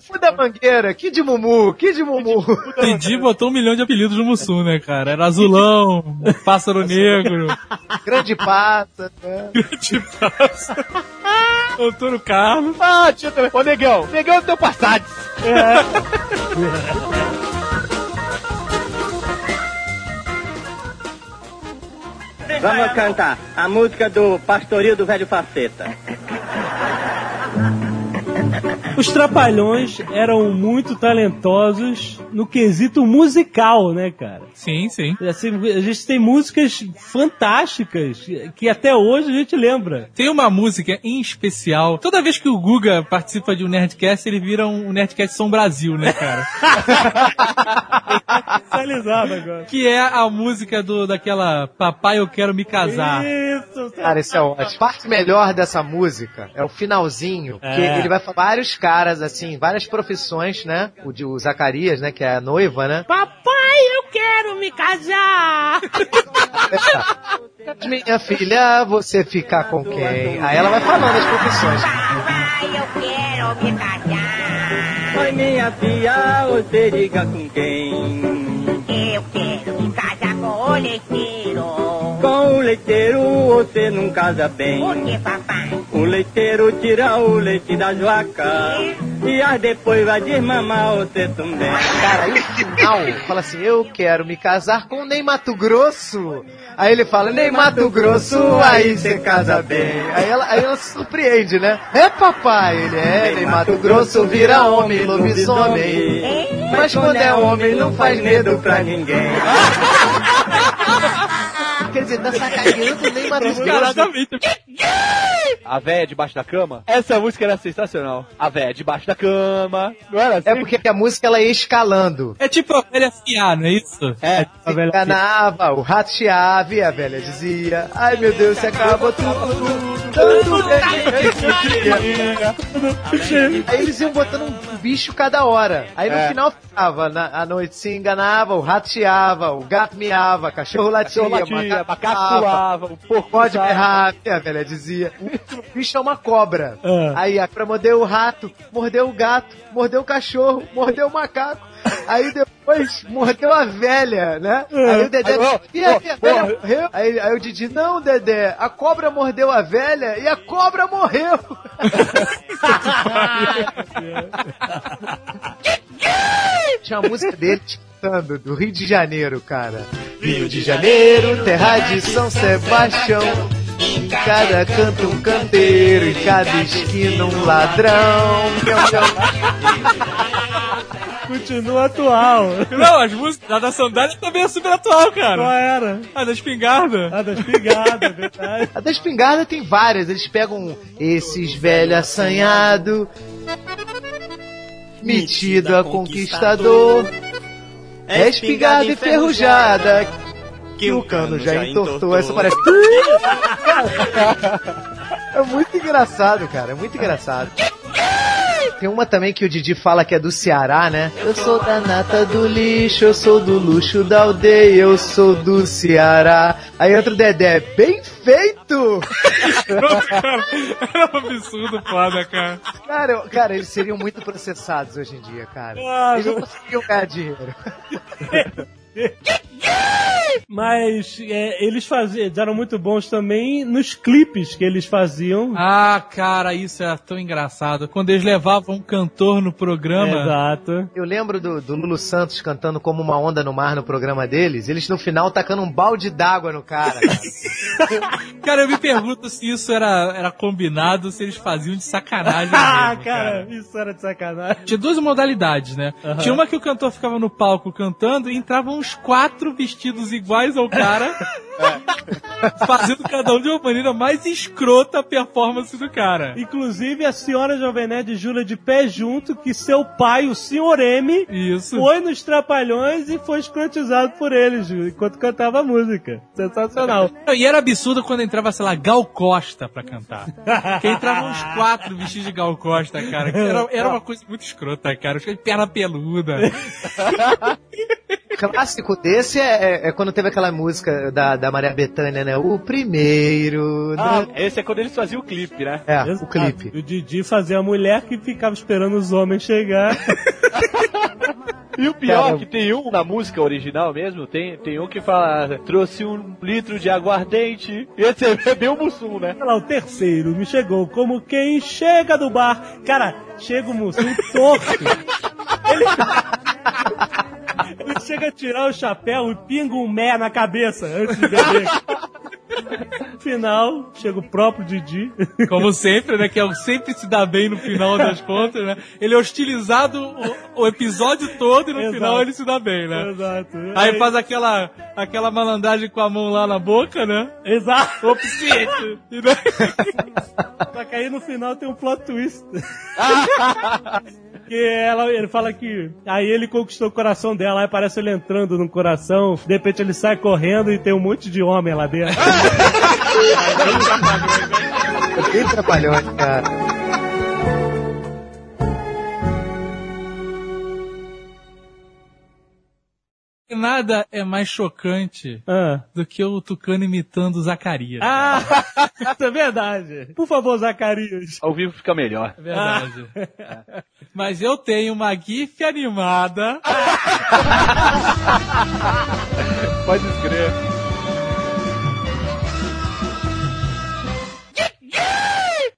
Speaker 3: Cu da mangueira, que de mumu, que de mumu.
Speaker 5: Didi botou um milhão de apelidos no Mussum, né, cara? Era azulão, pássaro negro,
Speaker 3: Grande passa, né?
Speaker 5: de pássaro. Antônio Carlos.
Speaker 4: Ah, tinha também. Ô, negão, negão do teu passado.
Speaker 8: Vamos cantar a música do Pastoril do Velho Faceta.
Speaker 2: Os Trapalhões eram muito talentosos no quesito musical, né, cara?
Speaker 5: Sim, sim.
Speaker 2: Assim, a gente tem músicas fantásticas que até hoje a gente lembra.
Speaker 5: Tem uma música em especial. Toda vez que o Guga participa de um Nerdcast, ele vira um Nerdcast São Brasil, né, cara?
Speaker 2: Atualizado agora.
Speaker 5: que é a música do daquela Papai Eu Quero Me
Speaker 2: Tá.
Speaker 5: Casar.
Speaker 2: Isso,
Speaker 3: Cara, isso é ótimo. A parte melhor dessa música é o finalzinho, que
Speaker 2: É.
Speaker 3: ele vai falar vários caras, assim, várias profissões, né? O de o Zacarias, né, que é a noiva, né?
Speaker 2: Papai, eu quero me casar!
Speaker 3: Minha filha, você ficar com quem? Aí ela vai falando as profissões.
Speaker 8: Oi, minha filha, você liga com quem?
Speaker 9: Eu quero um me casar com o leiteiro.
Speaker 8: Com o leiteiro você não casa bem.
Speaker 9: Porque papai
Speaker 8: O leiteiro tira o leite da vaca e as depois vai desmamar você também.
Speaker 3: Cara, e o final? Fala assim, eu quero me casar com Ney Mato Grosso. Aí ele fala, Ney Mato Grosso, aí você casa bem. Aí ela, aí ela se surpreende, né? É papai, ele é, Ney Mato Grosso vira homem, lobisomem. Mas quando é homem não faz medo pra ninguém.
Speaker 8: ninguém.
Speaker 3: Quer dizer, tá sacaneando o Ney Mato Grosso.
Speaker 5: Exatamente.
Speaker 4: A véia é debaixo da cama? Essa música era sensacional. A véia é debaixo da cama. Não era assim?
Speaker 3: É porque a música ela ia escalando.
Speaker 5: É tipo a velha fiar, não é isso?
Speaker 4: É,
Speaker 3: Se enganava, o rato chiava e a velha dizia: Ai meu Deus, se acabou tudo. Tanto
Speaker 4: tá
Speaker 3: bem que eu queria. Aí eles iam botando um bicho cada hora. Aí no
Speaker 4: É.
Speaker 3: final ficava, na, a noite se enganava, o rato chiava, o gato miava, cachorro latia,
Speaker 4: cachorro latia,
Speaker 3: macaco
Speaker 4: macaco
Speaker 3: suava.
Speaker 4: suava, um o porco
Speaker 3: Pode
Speaker 4: suava.
Speaker 3: berrar, a velha dizia. O último bicho é uma cobra. Aí a pra morder o rato, mordeu o gato, mordeu o cachorro, mordeu o macaco. Aí depois mordeu a velha, né? Aí o Dedé.
Speaker 4: Aí, ó,
Speaker 3: e a
Speaker 4: ó,
Speaker 3: velha
Speaker 4: ó.
Speaker 3: morreu? Aí, aí o Didi, não, Dedé, a cobra mordeu a velha e a cobra morreu. Tinha uma música dele cantando, do Rio de Janeiro, cara. Rio de Janeiro, terra de São Sebastião. Em cada canto um canteiro, em cada esquina um ladrão. Miau, miau.
Speaker 2: Continua atual.
Speaker 5: Não, as músicas da, da sandália também é super atual,
Speaker 2: Qual
Speaker 5: cara.
Speaker 2: era?
Speaker 5: A da espingarda.
Speaker 2: Ah, das pigadas, é verdade.
Speaker 3: A da espingarda tem várias, eles pegam esses velho assanhado, metido a conquistador, é espingarda enferrujada, que o cano já entortou. Essa parece. É muito engraçado, cara. É muito engraçado. Tem uma também que o Didi fala que é do Ceará, né? Eu sou da nata do lixo, eu sou do luxo da aldeia, eu sou do Ceará. Aí entra o Dedé, bem feito!
Speaker 5: Era um absurdo foda, cara.
Speaker 3: Cara, eu- cara, eles seriam muito processados hoje em dia, cara.
Speaker 2: Claro.
Speaker 3: Eles não conseguiriam ganhar dinheiro.
Speaker 2: Mas é, eles faziam, eram muito bons também nos clipes que eles faziam.
Speaker 5: Ah, cara, isso era tão engraçado. Quando eles levavam um cantor no programa.
Speaker 2: É, Exato.
Speaker 3: Eu lembro do, do Lulu Santos cantando como uma onda no mar no programa deles, eles no final tacando um balde d'água no cara.
Speaker 5: Cara, eu me pergunto se isso era, era combinado, se eles faziam de sacanagem.
Speaker 2: Ah,
Speaker 5: mesmo,
Speaker 2: cara, isso era de sacanagem.
Speaker 5: Tinha duas modalidades, né? Tinha uma que o cantor ficava no palco cantando e entravam uns quatro vestidos iguais ao cara,
Speaker 2: É.
Speaker 5: fazendo cada um de uma maneira mais escrota a performance do cara.
Speaker 2: Inclusive, a senhora Jovem Nerd jura de pé junto que seu pai, o senhor M,
Speaker 5: Isso.
Speaker 2: foi nos Trapalhões e foi escrotizado por eles enquanto cantava a música. Sensacional.
Speaker 5: E era absurdo quando entrava, sei lá, Gal Costa pra cantar. Porque entravam uns quatro vestidos de Gal Costa, cara. que Era, era uma coisa muito escrota, cara. Os caras de perna peluda.
Speaker 3: clássico desse é, é- é quando teve aquela música da, da Maria Bethânia, né? O primeiro.
Speaker 4: Ah,
Speaker 3: né?
Speaker 4: esse é quando eles faziam o clipe, né?
Speaker 3: É, o
Speaker 2: Exato.
Speaker 3: clipe.
Speaker 2: E O Didi fazia a mulher que ficava esperando os homens chegar.
Speaker 4: E o pior
Speaker 3: Cara,
Speaker 4: é que tem um na música original mesmo, tem, tem um que fala, trouxe um litro de aguardente, e esse é bem o Mussum, né?
Speaker 2: Olha lá, o terceiro me chegou como quem chega do bar. Cara, chega o moço um torto. Ele... Ele chega a tirar o chapéu e pinga um mé na cabeça antes de beber. No final, chega o próprio Didi.
Speaker 5: Como sempre, né? Que é o sempre se dá bem no final das contas, né? Ele é hostilizado o, o episódio todo e no
Speaker 2: Exato.
Speaker 5: final ele se dá bem, né?
Speaker 2: Exato.
Speaker 5: Aí faz aquela, aquela malandragem com a mão lá na boca, né?
Speaker 2: Exato.
Speaker 5: Ops, gente. E daí-
Speaker 2: Só que aí no final tem um plot twist. Que ela, ele fala que aí ele conquistou o coração dela, aí parece ele entrando no coração, de repente ele sai correndo e tem um monte de homem lá dentro.
Speaker 3: É bem trapalhões, cara.
Speaker 5: Nada é mais chocante
Speaker 2: ah.
Speaker 5: do que o Tucano imitando o Zacarias.
Speaker 2: Ah, isso é verdade. Por favor, Zacarias.
Speaker 4: Ao vivo fica melhor.
Speaker 5: É verdade. Mas eu tenho uma gif animada
Speaker 4: Pode escrever.